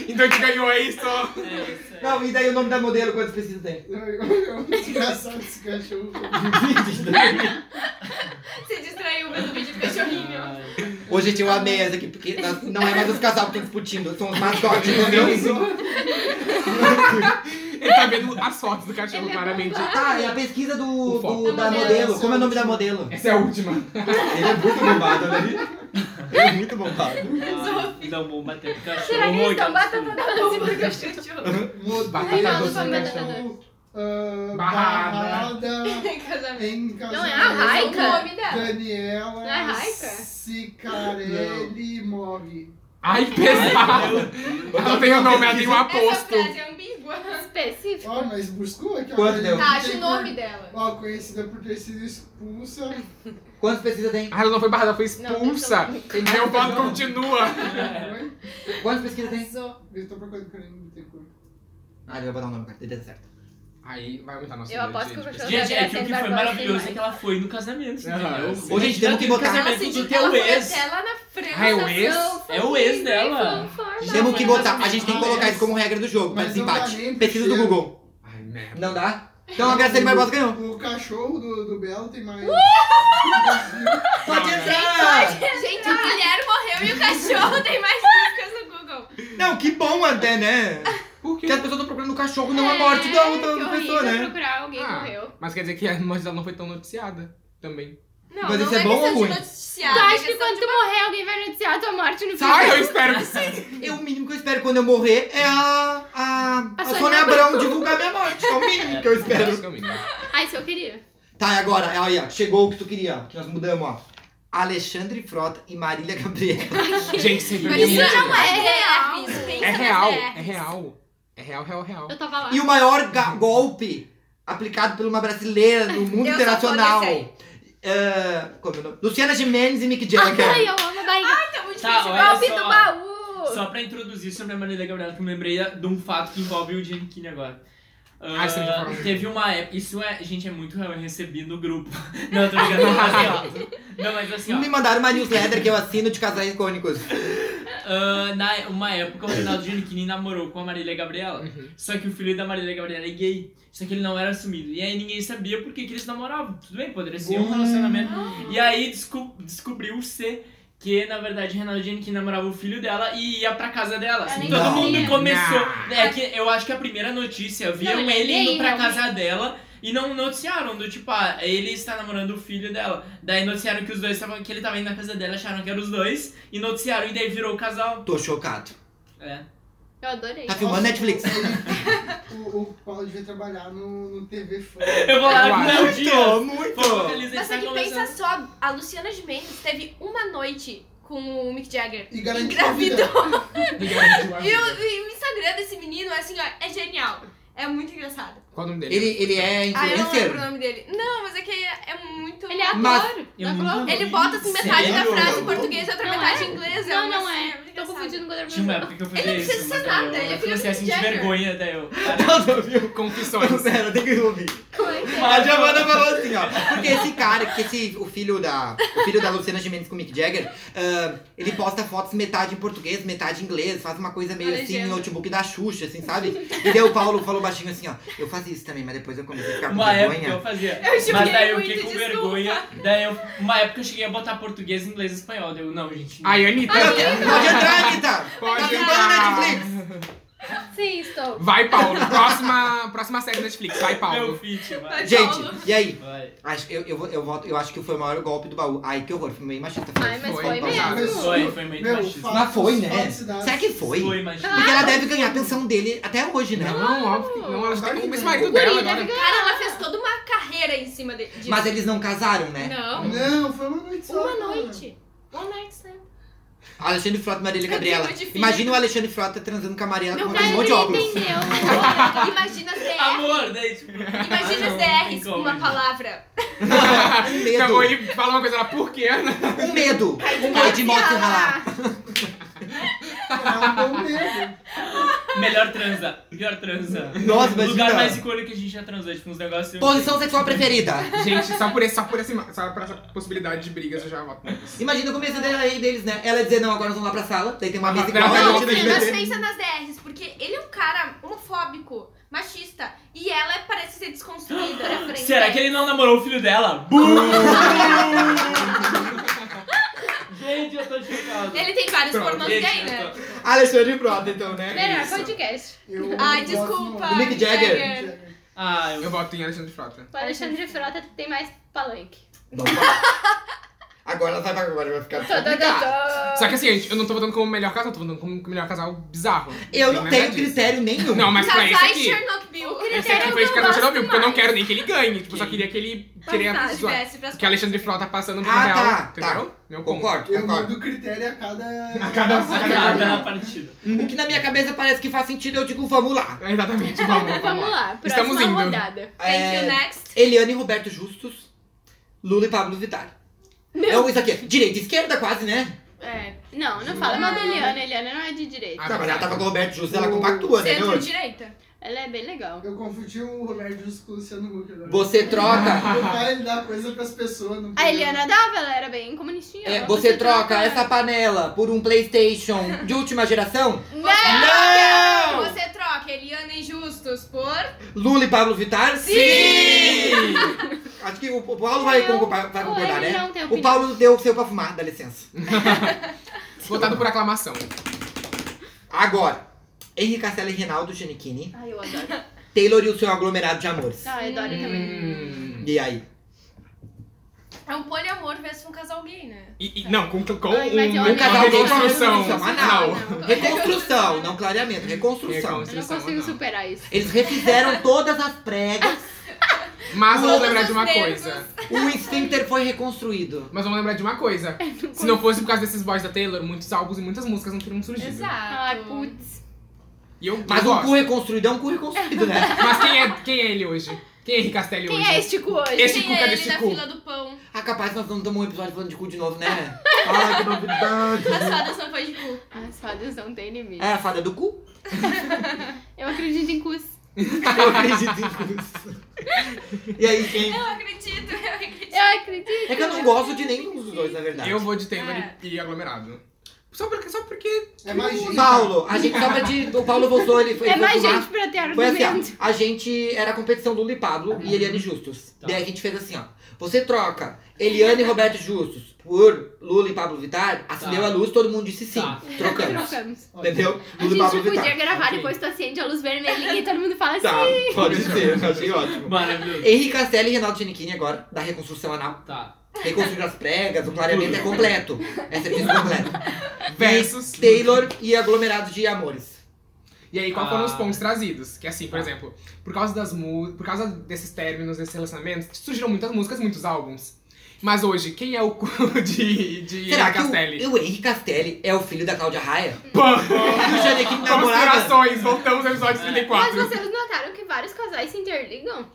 Então a gente ganhou aí só.
É isso aí.
Não, e daí o nome da modelo, quantas pesquisas tem?
É muito engraçado esse cachorro.
Se distraiu vendo o vídeo do cachorrinho.
Ai,
Ô, gente, eu amei essa aqui, porque nós- não é mais os casal que estão discutindo, são os mascotes, entendeu?
Ele tá vendo as fotos do cachorro,
Ele é
claramente.
Ah, é a pesquisa do,
O foco.
do- da
Da modelo.
modelo. Como é o nome da modelo?
Essa é a última.
Ele é muito bombado, né? Ele é muito bombado.
ai, Não vão bater com cachorro.
Será que eles estão
que absurdo.
batendo na mão do cachorro?
Batata
não,
doce
não
no
foi
cachorro.
Ah,
Barrada.
Barrada.
Casamento.
Em
Não, é
Ah,
a
casamento,
Raica?
O nome dela.
Daniela.
Não é a Raica?
Cicarelli morre.
Ai, pesado. Eu não tenho nome, eu tenho um
Essa
aposto.
frase é ambígua.
Específico.
Ó, mas buscou aqui. ó.
Quanto deu?
Tá, acha o nome dela.
Ó, conhecida por ter sido expulsa.
Quantas pesquisas tem?
Ah, ela não foi barrada, ela foi
é Não,
expulsa.
Tem mais
Meu voto
pessoas?
continua.
Oi?
Quantas pesquisas tem?
Arrasou.
Eu tô procurando Karine Bittencourt.
Ah, ele vai botar o nome, cara. Deu certo.
Aí vai aumentar nosso
Eu
número
aposto
de-
que o
de
cachorro-
Gente, é que o que foi
Barbara
maravilhoso
Streisand.
é que ela foi no casamento,
Aham,
entendeu?
sim.
Ô, gente, temos que botar-
Assim, Ela
casamento
se
do
diz-
teu
Ah, ela foi
ex.
até lá na França.
Ah, é o ex?
são
É o ex
fofinhos,
dela.
conformados.
Temos que
mas
botar. A gente tem que
mas-
colocar isso como regra do jogo, pra
mas não dá
desempate.
nem
Pesquisa do
cheiro.
Google.
Ai, merda.
Não dá? Então a Graciane Barbosa ganhou.
O cachorro do, do Belo tem mais.
Uh!
Pode
Gente,
entrar!
Gente, o Guilherme morreu e o cachorro tem mais buscas no Google.
Não, que bom até, né?
Por
Porque
quê?
as pessoas estão procurando o cachorro, não a
É,
morte da outra
que horrível
pessoa, né?
procurar alguém que
Ah.
morreu.
Mas quer dizer que a morte dela não foi tão noticiada também.
Não,
Mas
não
isso é bom ou
questão
ruim?
de noticiar.
tu
é
acha que
questão
quando tu morrer alguém vai noticiar a tua morte no
Ai, eu
Facebook?
espero que sim.
Eu, o mínimo que eu espero quando eu morrer é a. a, a,
Sônia
Sônia Abrão divulgar minha morte. É o mínimo que eu espero.
Ai, se eu queria.
Tá, e agora? Aí, ó, chegou o que tu queria, ó, que nós mudamos, ó. Alexandre Frota e Marília Gabriela.
Gente, sempre
Mas isso não é
de
real.
Guilherme, isso pensa
É
nas
real,
DRs.
é real. É real, real, real.
Eu tava lá.
E o maior ga- golpe aplicado por uma brasileira no mundo
Eu só
internacional.
tô nesse
Ah, como é o nome? Luciana Gimenez e Mick Jagger.
Ai, eu amo a Bahia.
Ai, tá muito
Tá,
difícil.
olha
Golpe
só.
do baú.
Só pra introduzir sobre a Marília Gabriela, que eu me lembrei de um fato que envolve o Giannichini agora. Ah,
Ah, isso eu já falei.
teve uma época. Isso é. Gente, é muito real. Eu recebi no grupo. Não, tô ligado. Não, mas assim, ó. Não, mas assim, ó.
Me mandaram uma newsletter que eu assino de casais icônicos.
Ah, na uma época, o Reinaldo Giannichini namorou com a Marília Gabriela. Só que o filho da Marília Gabriela é gay. Só que ele não era assumido. E aí ninguém sabia por que, que eles namoravam. Tudo bem, poderia ser um relacionamento. E aí desco- descobriu-se que, na verdade, Reinaldo Giannichini namorava o filho dela e ia pra casa dela.
Ela nem
Todo
sabia.
mundo começou.
Não.
É que eu acho que a primeira notícia, viram
ele é
ele
gay,
indo pra
realmente.
casa dela. E não noticiaram do tipo, ah, ele está namorando o filho dela. Daí noticiaram que os dois estavam, que ele tava indo na casa dela, acharam que eram os dois. E noticiaram e daí virou o casal.
Tô chocado.
É.
Eu adorei.
Tá filmando Netflix.
O, o Paulo devia trabalhar no, no TV Fã.
Eu vou lá
Eu
com o meu dia.
muito.
Pô, feliz, ele
Mas
está
é que
tá
pensa
começando.
só, a Luciana Gimenez teve uma noite com o Mick Jagger.
E garantiu a vida.
Engravidou. E o, e o Instagram desse menino, assim, ó, é genial. É muito engraçado.
Qual o nome dele?
Ele, ele é
Ah, eu não lembro o
influencer?
nome dele. Não, mas é que é, é muito...
Ele é ator
Mas-
da
Eu nunca
Globo.
vi.
Ele bota assim, metade
Sério?
da frase em português e outra
Não
metade
é?
em inglês.
Não,
uma-
não
assim,
é.
muito
Tô
engraçado.
confundindo com outra
Tinha
é
uma
pessoa.
época que eu
Ele
fazia
não
isso.
precisa ser
mas daí
nada,
eu-
ele é
Eu comecei a
filho do
sentir
Jagger.
vergonha, daí eu.
Não, não viu?
Confissões.
Sério, tem que ouvir.
Coisa.
A Giovanna falou assim, ó. Porque esse cara, que esse, o filho da. O filho da Luciana Gimenez com o Mick Jagger, ah, ele posta fotos metade em português, metade em inglês, faz uma coisa meio
A
assim,
legenda.
notebook da Xuxa, assim, sabe? E daí o Paulo falou baixinho assim, ó. Eu fazia isso também, mas depois eu comecei a ficar com
Uma época eu
vergonha.
fazia.
julguei
Mas daí eu
é muito,
fiquei com
desculpa.
vergonha. Daí eu. Uma época eu cheguei a botar português, inglês e espanhol. Daí eu, não, gente. não.
Ai, Anitta.
Pode entrar, Anitta! Tá
Pode
filmando
entrar.
Netflix!
Sim, estou.
Vai, Paulo. Próxima, próxima série da Netflix. Vai,
Meu
Paulo.
fit, vai.
Vai. Paulo.
Gente, e aí?
Vai.
Acho, eu, eu, vou- eu, voto, eu acho que foi o maior golpe do baú. Ai, que horror, foi um meio machista.
Ai, mas
Foi,
foi
então
já.
mesmo.
Foi, foi meio
Meu,
machista.
fatos,
Mas foi, né?
fatos, cidades.
Será que foi?
Foi, mas.
Porque ela deve ganhar a pensão dele até hoje, né?
Não, óbvio que não. Ela já tem o ex-marido dela
Guri, deve
agora.
ganhar.
Cara, ela fez toda uma carreira em cima de, disso.
Mas eles não casaram, né?
Não.
Não, foi uma noite só.
Uma
cara.
noite. né? One night stand.
Alexandre Frota e Marília
Eu tenho
Gabriela.
muito difícil.
Imagina o Alexandre Frota transando com a Mariana com
Meu
uma
pai
um
pessoa de
não
óculos.
entendeu.
Imagina as DR.
Amor, daí tipo.
Imagina
não,
as
tem
DRs com
como,
uma
gente.
palavra.
Um
Então
medo.
ele fala uma coisa lá, por quê?
Um medo. Um boi de moto ralar.
É um bom medo.
Melhor transa. Melhor transa.
Nossa,
O lugar
imagina.
mais icônico que a gente já transou, tipo, uns negócios.
Posição sexual preferida.
Gente, só por, esse, só, por esse, só por essa possibilidade de brigas eu já voto neles.
Imagina o começo dela aí deles, né? Ela dizer, não, agora nós vamos lá pra sala. Daí tem uma mesa
Não,
igual.
não,
a
Não,
gente
não,
vai
mas
ver.
pensa nas DRs, porque ele é um cara homofóbico, machista, e ela parece ser desconstruída na frente.
Será que ele não namorou o filho dela? Bum! Gente, eu tô chocado.
Ele tem vários
Pronto,
pornôs
Gente,
gay, né?
eu tô-
Alexandre Frota, então, né?
Melhor
É Isso.
podcast.
Eu
Ai,
gosto
desculpa.
Do Mick Jagger.
Ah, eu
Eu voto em Alexandre Frota.
O Alexandre de Frota tem mais palanque.
Não fala. Agora ela tá vai, agora vai ficar
Tô, tô,
complicado.
tô, tô.
Só que assim, gente, eu não tô votando como melhor casal, tô votando como melhor casal bizarro. é
Eu não
Lembra
tenho
disso.
critério nenhum.
Não, mas pra esse
Casais
aqui.
Chernobyl.
Esse aqui foi de
eu
casal
gosto
Chernobyl, porque eu não
mais. é,
quero nem que ele ganhe. Tipo, eu só queria que ele. Queria
Se
zoar.
tivesse pras
Que Alexandre Frota tá passando pro
Ah,
real.
tá,
entendeu? Meu ponto.
Concordo,
Eu
concordo.
mudo o critério a cada.
A cada- a
sacada na partida.
O que na minha cabeça parece que faz sentido, eu digo, vamos lá.
Exatamente, vamos,
Vamos
vamos lá.
lá, próxima
Estamos indo.
rodada.
Thank you,
É,
next.
Eliane e Roberto Justus, Lula e Pablo Vittar. É o- isso aqui, direita e esquerda quase, né?
É, não, não fala mal da Eliana. Eliana não é de direito.
Ah,
tá, mas ela tava com o Roberto Justus, ela
O-
compactua, né, meu?
Centro-direita.
Ela é bem legal.
Eu confundi o Roberto Justus com o Luciano Huck agora.
Você troca,
Meu pai dá coisa pras pessoas.
A
não tem-
Eliana dava, ela era bem comunistinha.
é,
ela-
você troca essa panela por um Playstation de última geração? Não!
Você troca Eliana Injustos por... é
Lula e Pablo Vittar? Sim! Acho que o o Paulo vai,
Eu-
concordar- vai
o
concordar,
Emily
né?
não tem
O
opinião.
Paulo deu o seu pra fumar, dá licença.
Votado por aclamação.
Agora, Henrique Castela e Reinaldo Giannichini,
Ai, eu adoro.
Taylor e o seu aglomerado de amores.
Ah, eu adoro também.
Hum.
E aí?
É um poliamor versus um casal gay, né?
E, e- não, com, com
Ai, mas
um-
eu
uma
olhei-
reconstrução.
Ah, Não, não,
Não.
Reconstrução, não clareamento, reconstrução.
Recon-
Eu não consigo superar isso.
Eles refizeram todas as pregas,
Mas vamos
Todos
lembrar de
os
uma
nervos.
coisa.
o esfíncter foi reconstruído.
Mas vamos lembrar de uma coisa.
É,
Se não fosse por causa desses boys da Taylor, muitos álbuns e muitas músicas não teriam surgido.
Exato.
Ai, putz.
E eu,
Mas
eu
um
gosto.
cu reconstruído é um cu reconstruído, né?
Mas quem é, quem é ele hoje? Quem é Henrique Castelli
Quem
hoje?
é este cu hoje?
Esse
Quem
cu,
é
cadê
ele
esse
na
cu?
fila do pão?
Ah, capaz que nós vamos ter um episódio falando de cu de novo, né? Ai, que novidade.
As fadas são fãs de cu.
As fadas não têm limite.
É a fada do cu?
Eu acredito em cus.
Eu acredito em cus. E aí, quem?
Eu acredito, eu acredito.
Eu acredito.
É que eu não gosto de nenhum dos dois, na verdade.
Eu vou de Taylor
É.
e, e aglomerado. Só porque, só porque.
É mais gente.
Paulo, a gente só pra de. O Paulo voltou, ele foi.
É
ele foi
mais
fumar.
gente pra ter
Foi assim,
argumento.
ó, a gente era a competição Lula e Pablo e Eliane Justus.
Tá.
Daí a gente fez assim, ó. Você troca Eliane e Roberto Justus por Lula e Pablo Vittar, acendeu
Tá.
a luz, todo mundo disse sim.
Tá.
Trocamos.
Trocamos.
Entendeu?
A
Lula e Pablo
gente podia
Vittar.
gravar
Ok.
depois tu acende a luz vermelha e todo mundo fala assim.
Tá, pode ser, achei ótimo.
Maravilhoso.
Henrique Castelli e Renato Giannichini agora, da reconstrução anal.
Tá.
Reconstruir as pregas, o clareamento é completo. Essa é completa.
Versus.
Taylor e aglomerados de amores.
E aí, qual
Ah.
foram os pontos trazidos? Que assim, por exemplo, por causa das mu por causa desses términos, desses relacionamentos, surgiram muitas músicas, muitos álbuns. Mas hoje, quem é o cu de, de
Será
Henrique
que
Castelli?
o, o Henrique Castelli é o filho da Cláudia Raia?
Pã!
E o Giannichini namorava?
Conspirações, voltamos ao episódio
Mas
34.
vocês notaram que vários casais se interligam?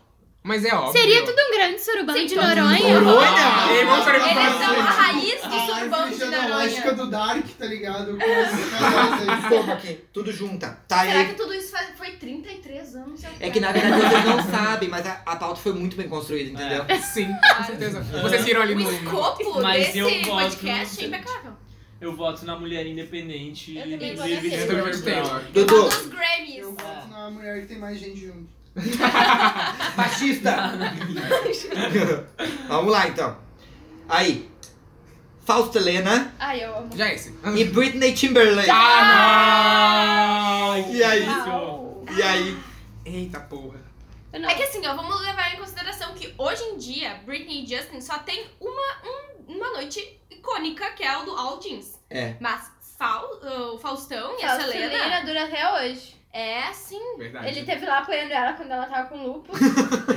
Mas é óbvio.
Seria tudo um grande surubão
Sim,
de
todo mundo
Noronha?
morou.
Ei, vamos para o
Eles
próximo.
são a raiz
A
do surubão
árvore
de
genealógica
Noronha.
do Dark, tá ligado? Com esses casais aí.
Como aqui? Tudo junta. Tá, e aí-
Será que tudo isso faz- foi 33 anos? eu
É que na verdade vocês não sabem, mas a, a pauta foi muito bem construída, entendeu?
Sim, com certeza. Vocês viram ali
O
no.
escopo
Mas
desse
eu voto
podcast é
no-
impecável.
Eu voto na mulher independente.
Eu também
e
voto na
livre
Eu
de
também vejo
escravidão.
Taylor.
Dudu,
Os Grammys.
Eu voto na mulher que tem mais gente junto.
machista! Vamos lá então. Aí. Fausto Helena
Ai, eu amo.
Já é esse.
e Britney Timberlake.
Ah, não!
E aí?
Isso.
E aí?
Eita porra.
Eu não-
É que assim, ó, vamos levar em consideração que hoje em dia, Britney e Justin só tem uma, um- uma noite icônica, que é o do All Jeans.
É.
Mas Fau- o Faustão e a
Essa
Selena assim,
Selena assim, dura até hoje. É, sim.
Verdade.
Ele teve lá apoiando ela quando ela tava com lupus.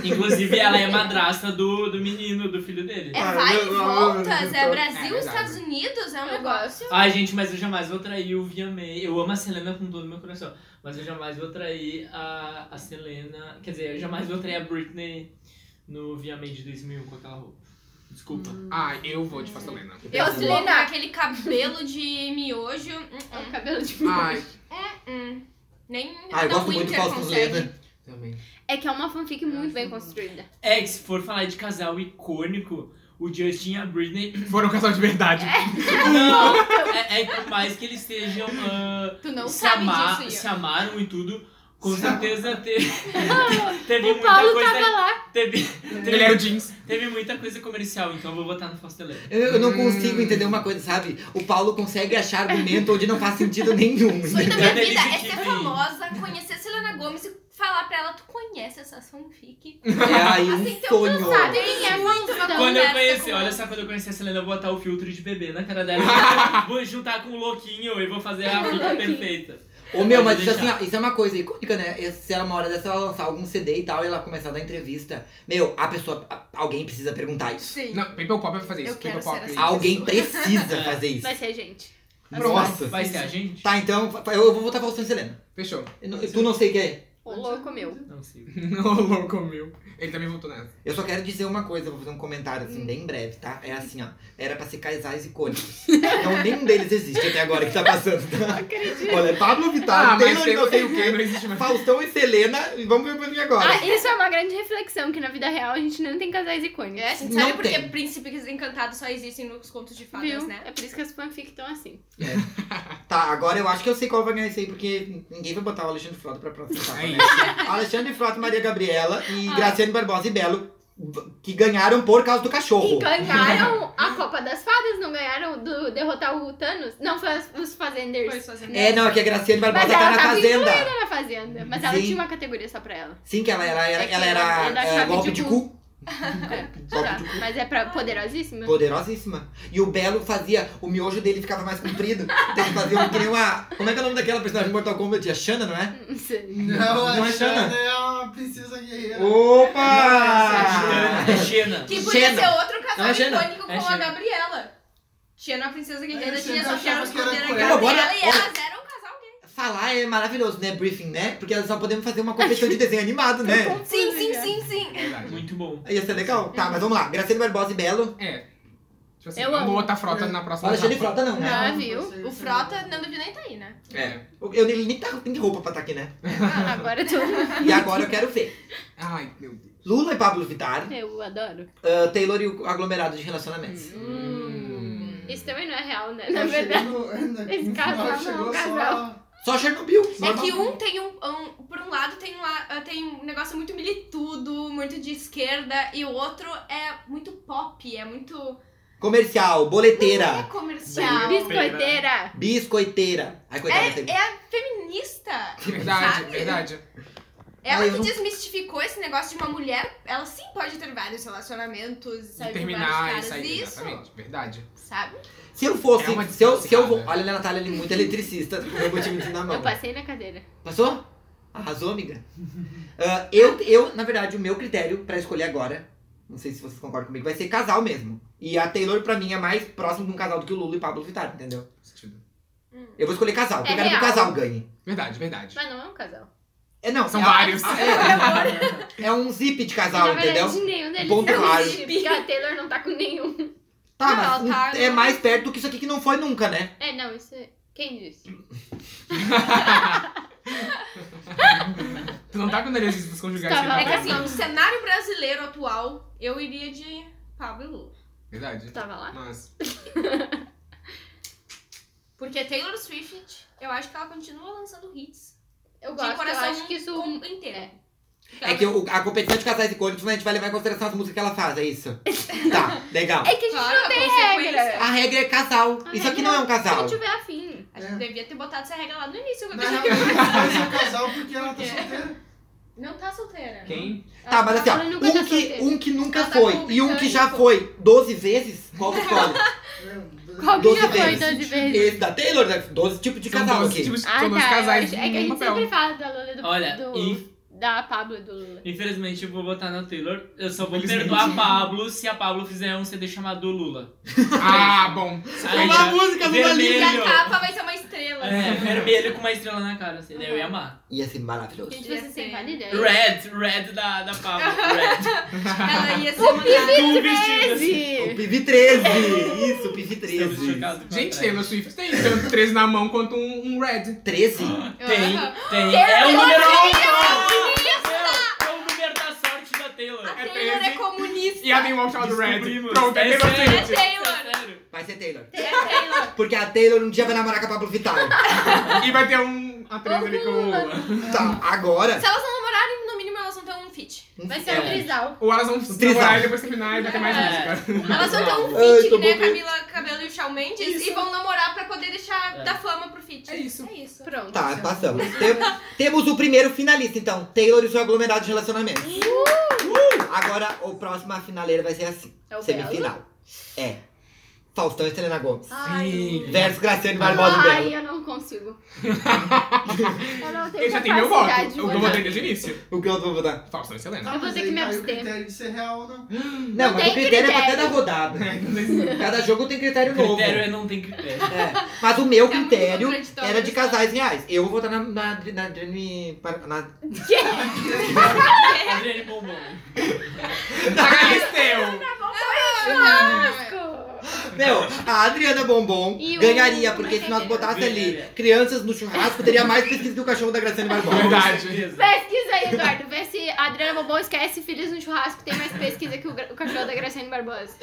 Inclusive, ela é madrasta do, do menino, do filho dele.
É
Ah,
vai e
eu- eu-
voltas,
eu-
é
eu-
é
Brasil,
verdade.
Estados Unidos, é um
Eu
negócio.
Ai, gente, mas eu jamais vou trair o VMA. Eu amo a Selena com todo o meu coração. Mas eu jamais vou trair a, a Selena. Quer dizer, eu jamais vou trair a Britney no VMA de 2001 com aquela roupa. Hum. Desculpa.
Ah, eu vou de Fastelena.
Eu
Os
vou
loucos com
treinar.
aquele cabelo de miojo.
É
Hum,
um cabelo de
Ai,
hum, hum. Nem
Ah, eu
Ana
gosto muito do
Winter
Fausto
consegue.
Leda. Também.
É que é uma fanfic muito
acho
bem
bom.
construída.
É, que se for falar de casal icônico, o Justin e a Britney.
foram um casal de verdade.
Não! É, é que por mais que eles estejam. ah,
Tu não
se,
sabe
ama-
disso, Ian.
se amaram e tudo, com
Se
certeza teve, teve
Ah, O
muita
Paulo
coisa.
tava lá.
Teve,
Ele era o jeans.
teve muita coisa comercial, então eu vou botar no Fausteleiro.
Eu, eu não
Hum.
consigo entender uma coisa, sabe? O Paulo consegue achar argumento onde não faz sentido nenhum.
Sonho da
entendeu?
minha
Deve
vida é
dizer que
ser
sim.
famosa, conhecer Selena Gomes e falar pra ela, tu conhece essa fanfic?
É aí um
Assim, então
sonho.
Sabe quem é
Muito
Faustão?
Quando eu
Conversa
conheci,
com-
olha só, quando eu conheci a Selena, eu vou botar o filtro de bebê na cara dela. e vou juntar com o louquinho e vou fazer a vida perfeita.
Ô meu,
Pode
mas isso, assim,
deixar.
ó, isso é uma coisa icônica, né? Esse- Se ela uma hora dessa ela lançar algum CD e tal e ela começar a dar entrevista, meu, a pessoa. a- alguém precisa perguntar isso.
Sim.
Não, Paper Pop vai fazer isso.
Eu quero
Paper Pop.
ser assim.
Alguém
Isso.
precisa
É.
fazer isso.
Vai ser a gente.
Nossa.
Vai ser a gente?
Tá, então, fa- eu eu vou votar Faustão e Selena.
Fechou.
Eu não- Tu não sei quem é.
O louco meu.
Não sei.
Não, louco meu. Ele também voltou nessa.
Eu só quero dizer uma coisa, eu vou fazer um comentário
Hum.
assim, bem breve, tá? É assim, ó. Era pra ser casais icônicos. Então nenhum deles existe até agora que tá passando, tá? Olha, é Pablo Vittar,
Ah, mas
Taylor e
tem,
não
tem
sei
o
o
quê?
quê.
Não existe mais.
Faustão e Selena, e vamos ver pra mim agora.
Ah, isso é uma grande reflexão, que na vida real a gente não tem casais icônicos.
É, a gente
Não
sabe porque
tem.
príncipes encantados só existem nos contos de fadas,
Viu?
né?
É por isso que as fanfic estão assim.
Tá, agora eu acho que eu sei qual vai ganhar isso aí, porque ninguém vai botar o Alexandre Frota pra próxima etapa,
É
né?
isso.
Alexandre Frota, Maria Gabriela e
Ah.
Graciane Barbosa e Belo, que ganharam por causa do cachorro.
E ganharam a Copa das Fadas, não ganharam do derrotar o Thanos? Não, foi as- os Fazenders.
Foi fazendo
É, não, é que a Graciane Barbosa
Mas ela
tá na
tava
fazenda.
Ela era fazenda, mas ela
Sim.
tinha uma categoria só pra ela.
Sim, que ela era,
É que
ela
ela
era,
é da
é,
chave
golpe de
de cu.
cu.
Tá, mas é pra poderosíssima?
Poderosíssima. E o Belo fazia, o miojo dele ficava mais comprido. Então ele fazia um, que nem uma. Como é que é o nome daquela personagem de Mortal Kombat? A Xana, não é?
Não sei.
Não,
Não é
a Xana
Xana?
é uma princesa guerreira.
Tá. Opa!
É Xena.
Que podia
Xena.
ser outro casal
Não, é Xena.
icônico
É
com a
Xena.
Gabriela. Tiana, a princesa guerreira,
É,
tinha
vocês
só
acharam
Chaves
que era
poder a
com
Gabriela
ela? Agora,
e
é
elas eram um casal gay.
Falar é maravilhoso, né? Briefing, né? Porque nós só podemos fazer uma competição de desenho animado, né?
Sim, sim, sim, sim.
Verdade.
Muito bom.
Ia ser legal. Tá, mas vamos lá. Graciane Barbosa e Belo.
É. Tipo assim,
Eu
uma
amo.
outra frota na próxima.
Alexandre
etapa.
Frota não, né?
Ah,
Não,
viu?
não sei, é.
O
sei
Frota
lá.
não devia nem estar aí, né?
É. Eu, ele nem tá nem tem roupa pra estar aqui, né?
Ah, agora eu tô...
E agora eu quero ver.
Ai, meu Deus.
Lula e Pablo Vittar,
Eu adoro.
ah, Taylor e o aglomerado de relacionamentos.
Hum.
Hum.
Isso também não é real, né?
Tá
Na verdade.
chegando- na-
Esse
no
casal
final
não, é um
chegou
casal.
Só Chernobyl.
É que um tem um, um- Por um lado tem um, la- tem um negócio muito militudo, muito de esquerda, e o outro é muito pop, é muito.
Comercial, boleteira,
É comercial.
Biscoiteira.
biscoiteira. Ai, coitada, tem-
É, é a feminista.
Verdade,
Sabe?
verdade.
Ela
Ah, eu
que
não-
desmistificou esse negócio de uma mulher. Ela sim pode ter vários relacionamentos, sabe?
E terminar e
vários
sair.
Isso,
Exatamente. Verdade.
sabe?
Se eu fosse.
É uma
se eu, se eu vou.
desgraçada.
Olha, a Natália, ele é muito eletricista. com o botinezinho na mão.
Eu passei na cadeira.
Passou? Arrasou, amiga? Ah, eu, eu, na verdade, o meu critério pra escolher agora, não sei se vocês concordam comigo, vai ser casal mesmo. E a Taylor, pra mim, é mais próximo de um casal do que o Lula e Pablo Vittar, entendeu?
Sentido.
Eu vou escolher casal, porque
É
eu quero que o
real.
casal ganhe.
Verdade, verdade.
Mas não é um casal.
É, não,
São
é,
vários.
É um zip de
E, na
casal,
verdade,
entendeu?
nenhum deles
Ponto
é um
claro.
zip, Porque a Taylor não tá com nenhum.
Tá,
Não,
mas um-
tá,
é
não.
mais perto do que isso aqui que não foi nunca, né?
É, não, isso é... Quem disse?
Tu não tá com nariz dos conjugais.
Tava-
que
É
ele
que
tá
assim,
fazendo.
no cenário brasileiro atual, eu iria de Pablo e Lu.
Verdade.
Tu tava lá?
Mas.
Porque Taylor Swift, eu acho que ela continua lançando hits.
Eu
de
gosto, eu
coração
acho que isso...
com- inteiro.
É que o- a competição de casais icônicos, né, a gente vai levar em consideração as músicas que ela faz, é isso? Tá, legal.
É que a gente
Claro,
não tem
a
regra.
consequência.
A regra é casal.
A
isso aqui
regra
não é um
Ah, Se
casal.
eu tiver afim.
A
É.
gente devia ter botado essa regra lá no início.
Na
quando a gente-
real, vai ser um casal porque ela tá
É.
Por quê?
solteira.
Não tá solteira.
Quem?
Tá, mas assim, ó,
Ela nunca tá
um que,
solteira.
um que nunca
Ela tá
foi
com um
e um que já
britânico.
foi 12 vezes, qual que escolhe?
É,
Qual que
um Doze
já foi
vezes.
12
é
vezes?
Esse da Taylor, né? 12 tipos de
São
casal
dois
aqui.
tipos-
Ah,
são dois
tá.
casais
eu acho- é que a
num
gente
papel.
sempre fala da Lula do
Olha,
do-
inf-
da Pablo e do Lula.
infelizmente eu vou votar na Taylor. Eu só vou
Infelizmente.
perdoar a Pablo se a Pablo fizer um CD chamado Lula.
Ah, bom.
Aí
Uma
já-
música, Lula
vermelho.
E a capa vai ser uma estrela. assim.
É, vermelho com uma estrela na cara, assim. daí Eu ia amar.
Ia ser maravilhoso.
Gente,
Ia
vocês têm
ser.
validez.
Red, red da, da Pablo. Red.
Ela ia ser mandada.
Com um vestido assim.
O PIV 13! Isso, o PIV
é
Estamos
13.
chocados com a
Gente,
Red.
Taylor Swift tem tanto três na mão quanto um, um red.
13?
Tem,
Aham.
tem. É o número 1! É o número da sorte da
A
Taylor.
É
Taylor é
treze.
comunista.
E a Bim Walsh do red.
Descobrimos.
Pronto, é Taylor
sério.
Swift.
É Taylor.
É sério.
Vai ser Taylor.
É Taylor.
Porque a Taylor um dia vai namorar com a Pablo Vittar.
E vai ter um a três ali com o Lula.
Tá, agora.
Se elas não namorarem, no mínimo elas vão ter um feat.
Vai ser um
É.
trisal.
Ou elas vão
Trisal.
namorar e depois terminar e vai ter mais
É.
música.
Elas vão ter um
Ai,
feat,
tô
que nem a
bobo.
Camila Cabelo e o Shawn Mendes, e vão namorar pra poder deixar
É.
da fama pro feat.
É isso.
É isso.
Pronto.
Tá, passamos. Tem- temos o primeiro finalista, então. Taylor e seu aglomerado de relacionamento.
Uh!
Agora, o próximo a finaleira vai ser assim.
É o
semifinal. É. Faustão e Selena Gomes.
Ai,
Sim.
Versus Graciane Barbosa e Belo.
Ai, eu não consigo. eu não tenho
Eu já tenho meu voto.
capacidade de
Eu
votar.
votei desde o início.
O que eu vou votar?
Faustão e Selena.
Eu vou ter que me
aí cai
abster. Hum?
o critério de ser real ou não.
Não, mas
tem
o critério, é pra
critério.
cada rodada. Cada jogo tem critério novo.
é Critério é não tem critério.
É. Mas o
Tá
meu
É muito
critério
contraditório
era de
isso.
casais reais. Eu vou votar na, na, na Adriane. Par- Na,
Adriane Bombom.
Galisteu!
Ah!
Churrasco.
Meu, a Adriana Bombom
E o-
ganharia,
como é
porque
que
se nós
é?
botássemos ali
Ganharia.
crianças no churrasco, teria mais pesquisa que o cachorro da Graciane Barbosa.
Verdade.
Pesquisa aí, Eduardo. Vê se a Adriana Bobon esquece filhos no churrasco. Tem mais pesquisa que o, gra- o cachorro da Graciane Barbosa.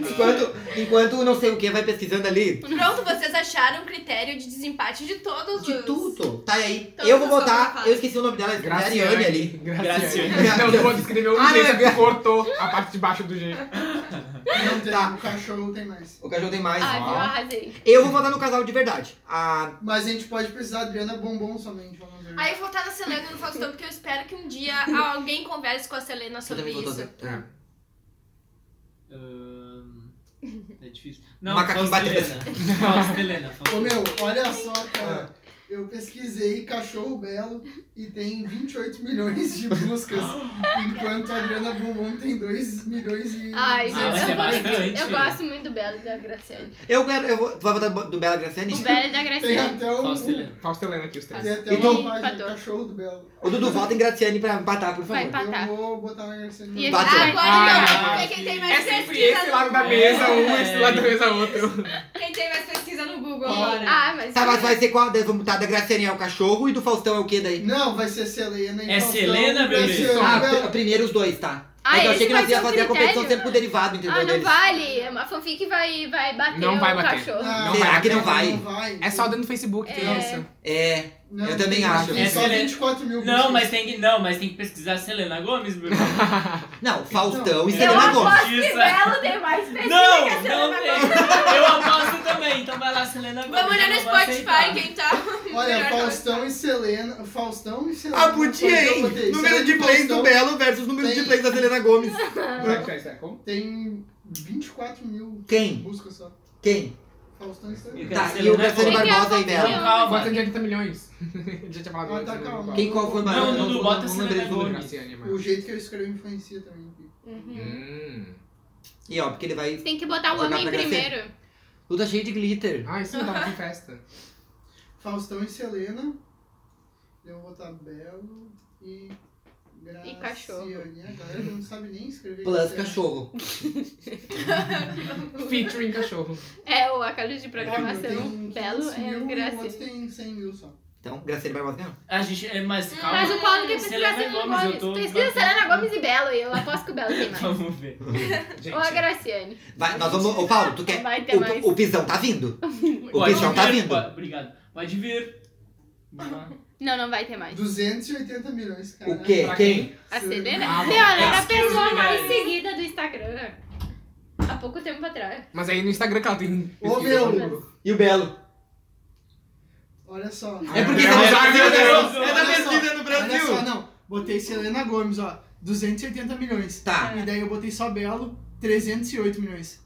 Enquanto, enquanto não sei o que vai pesquisando ali.
Pronto, vocês acharam o critério de desempate de todos
De
os...
tudo. Tá aí.
Então,
Eu vou
vamos lá,
botar.
fala.
Eu esqueci o nome dela, é Ariane ali.
Graciane. Graciane.
Graciane.
Não, tu pode escrever
Ah,
um
não, é
jeito que
Gra-
tu cortou a parte de baixo do G.
Não tem,
Tá.
o cachorro não tem mais.
O cachorro tem mais.
Ai, viu?
ó.
Arrasei.
Eu vou votar no casal de verdade. A
Mas a gente pode precisar de Adriana Bombom somente, vamos ver.
Aí eu vou estar na Selena e no Faustão, porque eu espero que um dia alguém converse com a Selena
eu
sobre
também vou
isso.
todas.
né?
Ah.
Ahn, É difícil. Não,
Macaquinho
Fausto
bateu.
Helena. Fausto Helena. Fausto
Ô meu,
Helena.
olha só, cara.
Ah.
Eu pesquisei cachorro belo e tem 28 milhões de buscas, enquanto a Adriana Bombom tem 2 milhões e.
Ai,
Ah,
gente,
mas é
eu, gosto,
bastante.
eu gosto muito do Belo e da Graciane.
Eu quero. Eu vou, vou votar do Bela Graciane.
O Belo e da
Tem
Graciane.
até um.
Fausto Helena.
Fausto e Helena aqui, os três.
Tem até
E tu?
uma página,
é. Empatou.
cachorro do Belo.
O Dudu vota em Graciane pra empatar, por
Vai
favor.
empatar.
Eu vou botar uma Graciane.
E
Bateu.
agora
Ah,
Agora não, é quem tem
É
mais
sempre
pesquisa
esse
no
lado da
Google.
mesa, um, esse lado da mesa, outro.
Quem tem mais pesquisa no Google
não.
agora.
Ah, mas.
Tá, mas vai ser qual? Daí Vamos botar da Graciane é o cachorro e do Faustão é o quê daí?
Não, vai ser Selena então, e
É
Faustão,
Selena, bebê?
Graciane
Ah,
Belo.
pr- primeiro os dois, tá?
Ah,
é que eu
esse
achei que
vai
nós
ser
ia
o
fazer a competição
critério?
sempre com o derivado, entendeu?
Ah, não
deles?
vale. A fanfic vai, vai bater
Não
o
vai bater.
cachorro.
Ah,
Não
Será
vai,
que não
não
vai?
vai.
É só dentro do Facebook, tem
É.
isso.
É,
Não,
Eu também
tem,
acho.
Tem
É
só
Selena.
24 mil
Não,
buscas.
mas tem que, não, mas tem que pesquisar a Selena Gomes, Bruno.
não, Faustão e
Eu
é Selena
aposto-
Gomes.
Que Belo tem mais pesquisa
Não,
que a
não
Selena Gomez.
tem. Eu aposto também. Então vai lá, Selena Gomes.
Vamos olhar
eu
no
não vou
Spotify
aceitar.
quem tá.
Olha,
melhor
Faustão e Selena. Faustão e Selena.
Ah, podia,
Faustão,
hein?
eu botei.
Número de
Selena e
plays do
Faustão
Belo versus número de
Tem.
plays da Selena Gomes.
Vai, vai, vai, como?
Tem 24 mil
Quem?
buscas só.
Quem?
Faustão e Selena.
Eu quero
Tá, e o
Selena
Graciane
Gomes.
Barbosa e Belo.
Não, calma.
Bota em 80 milhões. Já tinha falado
Ah,
antes,
tá,
né?
calma.
Quem qual foi maior?
Não, Dudu,
vou-
bota
vou lembrar
Selena
do
Tudo
número.
Gomes.
Graciane, mano.
O jeito que eu escrevo influencia também. aqui.
Hum.
E ó, porque ele vai.
Uhum. Tem que botar o
Jogar
homem
pra Graciane.
primeiro.
Tudo tá cheio de glitter.
Ah, isso não dá muito em festa.
Faustão e Selena. Eu vou botar Belo e. Graciane.
cachorro.
A galera não sabe nem escrever.
Plus
Graciane.
cachorro.
Featuring cachorro.
É, o acalho de
Olha,
programação.
tem
Belo
500
é o
mil e O outro
Graciane.
tem 100 mil só.
Então, Graciane Barbosa ganhou.
A gente, é, mas calma.
Mas o Paulo quer pesquisar
Selena
Selena
Gomes, eu
Gomes.
tô-
Pesquisa Selena Gomes e Belo. E eu aposto que o Belo tem mais.
Vamos ver.
Gente,
Ou a Graciane.
Vai, nós vamos. Ô, Paulo, tu quer.
Vai ter mais.
é? O, o pisão tá vindo. O
Pode
pessoal tá
vir,
vindo.
po- Obrigado. Pode vir. Vamos lá.
Não, não vai ter mais.
280 milhões, cara.
O quê?
pra
Quem?
A Selena?
Ah, bom.
Leona era a
Excuse
pessoa
me,
mais
guys.
seguida do Instagram. Há pouco tempo atrás.
Mas aí no Instagram que ela tem.
Ô, meu,
E o Belo?
olha só.
É porque
Belo
tá
é
pesquisa,
né?
maravilhoso.
É da
Olha só,
pesquisa no
Olha só,
Brasil.
não. Botei Selena Gomes, ó. 280 milhões.
Tá.
E daí eu botei só Belo, 308 milhões.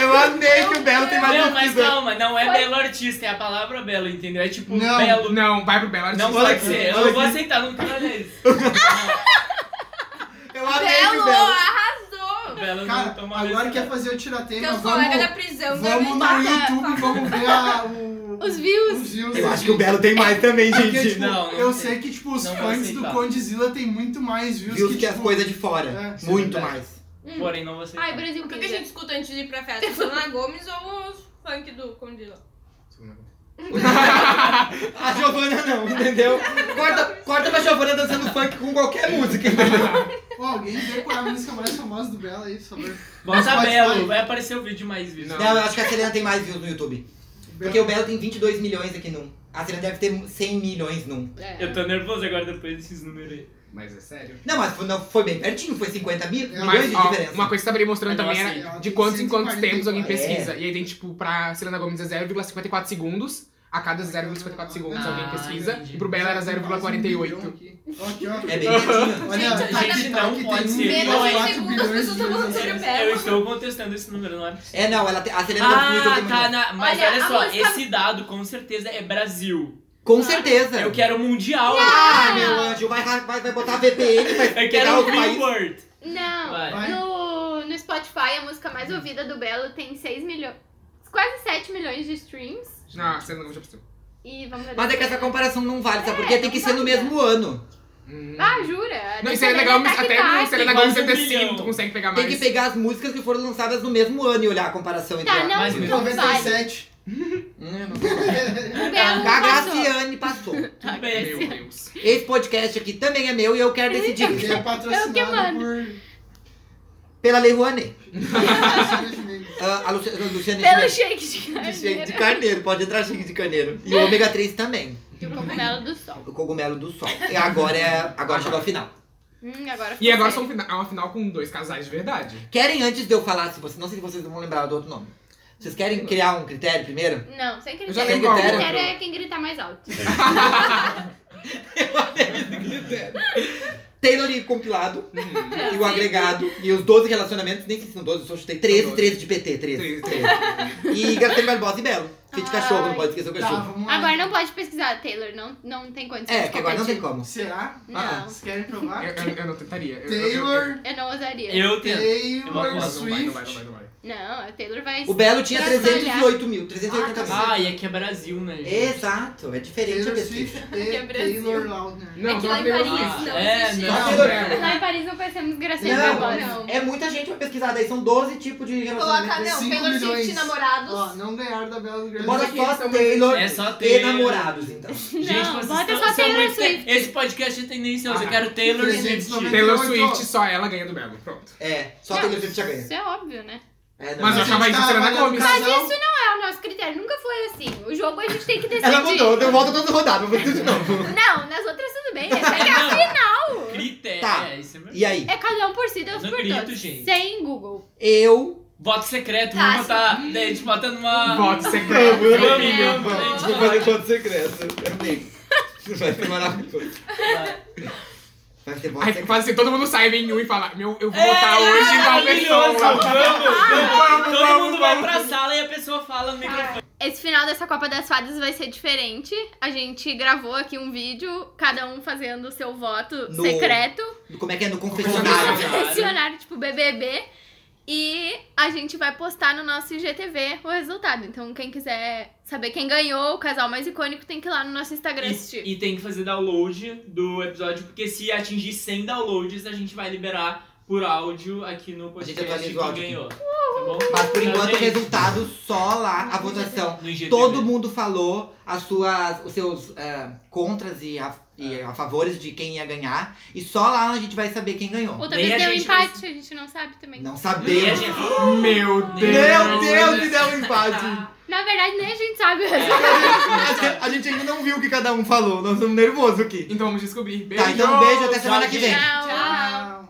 Eu amei que o Belo tem mais
Não,
né?
mas
pesquisa.
calma, não é belo artista, é a palavra belo, entendeu? É tipo
Não,
belo.
Não, vai pro Belo Artista.
Não
olha
pode
aqui,
ser, eu
olha
não vou
aqui.
aceitar nunca olha isso.
Eu amei que o
Belo
Belo.
arrasou!
Belo não
Cara,
toma
agora
mais-
é
quer fazer o tiroteio, mas
Meus colegas da
vamos,
prisão
vamos
tá-
no YouTube, vamos ver a, o,
Os views.
os views.
Eu acho que o Belo tem mais também,
Porque,
gente. né?
tipo,
não, não
eu
sei.
sei que, tipo, os
Não vou
fãs do
aceitar.
Condizila tem muito mais views
Viu
que,
que
tipo,
as coisas de fora.
é, sim,
Muito
verdade.
mais.
Porém, não vou aceitar.
Ai, Brasil,
O que, que a gente escuta antes de ir pra festa? Selena Gomes ou os funk do Condila?
A Giovana não, entendeu? Corta, corta pra Giovana dançando funk com qualquer música, entendeu?
Pô, alguém vê qual é a música mais famosa do Bela aí, por favor.
Bota
Spotify.
belo, vai aparecer o vídeo de mais vídeos.
Não.
Não, eu acho que a Serena tem mais views no YouTube. Porque o Belo tem 22 milhões aqui num. A Serena deve ter 100 milhões num.
É.
Eu tô nervoso agora depois desses números aí.
Mas é sério.
Não, mas foi, não, foi bem pertinho, foi 50 mil, milhões
É, Mas,
de
ó,
diferença.
uma coisa que você tava mostrando
Mas não
também
aceito.
era de quantos em quantos tempos alguém
144.
pesquisa. E aí tem, tipo, pra Selena Gomes é 0,54 segundos. A cada 0,54 segundos
Ah,
alguém pesquisa.
entendi.
E pro Bela era
Mais um
0,48.
milhão aqui. Ó, aqui, ó.
É bem pertinho.
Olha,
Gente,
tá
a
gente
tá
não
aqui,
pode
tem
ser.
um,
Menos de
quatro
segundos,
bilhões
as pessoas
de
tão falando
views.
sobre Belo.
Eu estou contestando esse número, não é possível.
É, não, ela tem, a Serena Gomes no YouTube
Ah,
tem muito
tá,
mais.
na, mas
Olha,
olha,
a
só,
música-
esse dado com certeza é Brasil.
Com
É
certeza.
Eu quero o Mundial.
Ah, meu anjo, vai, ra- vai, vai botar VPN, vai
É
Eu
um
pegar
quero o
outro país.
Billboard.
Não,
Vai.
Vai.
no, no Spotify a música
Hum.
mais ouvida do Belo tem 6 milhões. Quase 7 milhões de streams.
Não, a Selena Gomes já pesquisou.
E vamos ver.
Mas é que essa comparação não vale, sabe? Porque
É,
tem que
não
ser no
vale.
mesmo ano.
Hum.
Ah, jura? Deve
Não,
é
e Selena
ser
Gomes,
Tac
até
Tac.
no Selena
tá?
quase
Gomes
um milhão.
MT5 tu consegue pegar
Tem que
mais.
pegar as músicas que foram lançadas no mesmo ano e olhar a comparação entre
Tá,
elas.
não,
Mas
não, vale.
mesmo.
97.
Hum, não vou falar.
O Belo
A
passou.
Graciane passou.
Tá
Tudo
Meu
bem.
Deus.
Esse podcast aqui também é meu e eu quero
Ele
decidir
é patrocinado
mando.
por...
pela Lei Rouanet.
Luciana Gimenez.
Ah, a Luciana, a Luciana
Pelo
de,
shake de
de,
carneiro.
de carneiro, pode entrar chique de carneiro. E o ômega 3 também.
E o cogumelo do sol.
O cogumelo do sol. E agora é. Agora chegou a final.
Hum, agora
E
ficou
agora são
sério.
fina- é uma final com dois casais de verdade.
Querem antes de eu falar, se vocês. Não sei se vocês vão lembrar do outro nome. Vocês querem criar um critério primeiro?
Não, sem
Eu já
critério.
lembro
lembro qual
qual
O
era.
critério é quem gritar mais alto.
Taylor e compilado,
Uhum.
e o agregado, e os 12 relacionamentos, nem sei se são 12, eu só chutei 13,
São
13 de PT, 13.
Treze.
13. É. E Graciane Barbosa e Belo. Fit de cachorro, não pode esquecer o
Tá,
cachorro.
vamos lá.
Agora não pode pesquisar, Taylor. Não, não tem condições
um É,
de
que agora não tem
competir.
como.
Será?
Não.
Vocês querem provar?
Eu, eu- eu não tentaria. Eu- eu- eu-
Taylor,
Eu não ousaria.
Eu tento. Eu vou-
Não, não
Taylor
vai, não vai, não vai,
Swift.
não vai.
Não, a Taylor vai...
O Belo tinha
Pra
308 mil, 380 mil.
Ah, e aqui é Brasil, né? gente?
Exato, é diferente a
Taylor
pesquisa.
Swift e
Brasil.
Taylor Lautner.
Não,
É que
só
lá em
Taylor
Paris
Swift.
não
É,
existe.
Só
não.
Taylor.
Lá em Paris não pensamos Gracinha
Não,
Barbosa.
assim.
não.
É muita gente pra pesquisar, daí são 12 tipos de relacionamento.
Coloca, não,
Cinco
Taylor Swift
milhões.
namorados.
Ó, não ganharam da Bela do Grande
Bora
Mas aqui eles
só
são
Taylor
É só
e
Taylor.
namorados, então.
Gente,
Não,
vocês
bota
estão-
só
são
Taylor
muito-
Swift.
Esse podcast é tendencioso. Eu
Ah.
quero Taylor Swift.
390.
Taylor
Oito.
Swift, só ela ganha do Belo. Pronto.
É, só
Não,
Taylor Swift já ganha.
Isso é óbvio, né?
É, não,
Mas eu
não.
achava isso Selena Gomez.
Mas isso não é o nosso critério, nunca foi assim. O jogo a gente tem que decidir.
Ela mudou, deu volta toda rodada, eu vou dizer de novo.
Não, nas outras tudo bem. Essa aqui é a final.
Critério.
Tá.
É, isso é verdade.
E aí?
É cada um por si, Deus
Não
por
grito,
todos.
gente.
Sem Google.
Eu.
Voto secreto.
Tá,
Vamos botar. Daí a gente bota numa. né,
Voto secreto.
Vamos,
Vamos.
vamos.
Vou fazer voto secreto. Eu tenho. Vai ser maravilhoso. Vai ser voto
Aí
secreto.
faz assim, todo mundo sai, vem um e fala, meu, eu vou
É,
votar hoje em tal
Maravilhoso, vamos,
pessoa.
vamos.
Vamos,
Todo mundo
vamos,
vai
vamos.
pra sala e a pessoa fala no microfone.
Esse final dessa Copa das Fadas vai ser diferente. A gente gravou aqui um vídeo, cada um fazendo o seu voto
No-
secreto.
Como é que é no
Confessionário.
confessionário?
Claro.
Questionário tipo BBB. E a gente vai postar no nosso IGTV o resultado. Então, quem quiser saber quem ganhou, o casal mais icônico, tem que ir lá no nosso Instagram assistir.
E, e tem que fazer download do episódio, porque se atingir 100 downloads, a gente vai liberar por áudio aqui no
A gente
podcast
atualiza o
quem
áudio
ganhou. Tá bom?
Mas por enquanto o
Prazer.
resultado só lá, a votação.
No IGTV.
Todo mundo falou as suas, os seus eh, contras e a, e a favores de quem ia ganhar. E só lá a gente vai saber quem ganhou.
Ou talvez
Nem a
dê um
gente
empate, a gente não sabe também.
Não
E a
sabemos.
gente-
Meu
Meu
Deus.
Deus, que deu um empate.
Na verdade, nem a gente sabe o resultado.
Acho que a gente ainda não viu o que cada um falou. Nós estamos nervosos aqui.
Então vamos descobrir. Beijo.
Tá, então um beijo. Até semana
Tchau,
que
gente.
vem.
Tchau.
Tchau.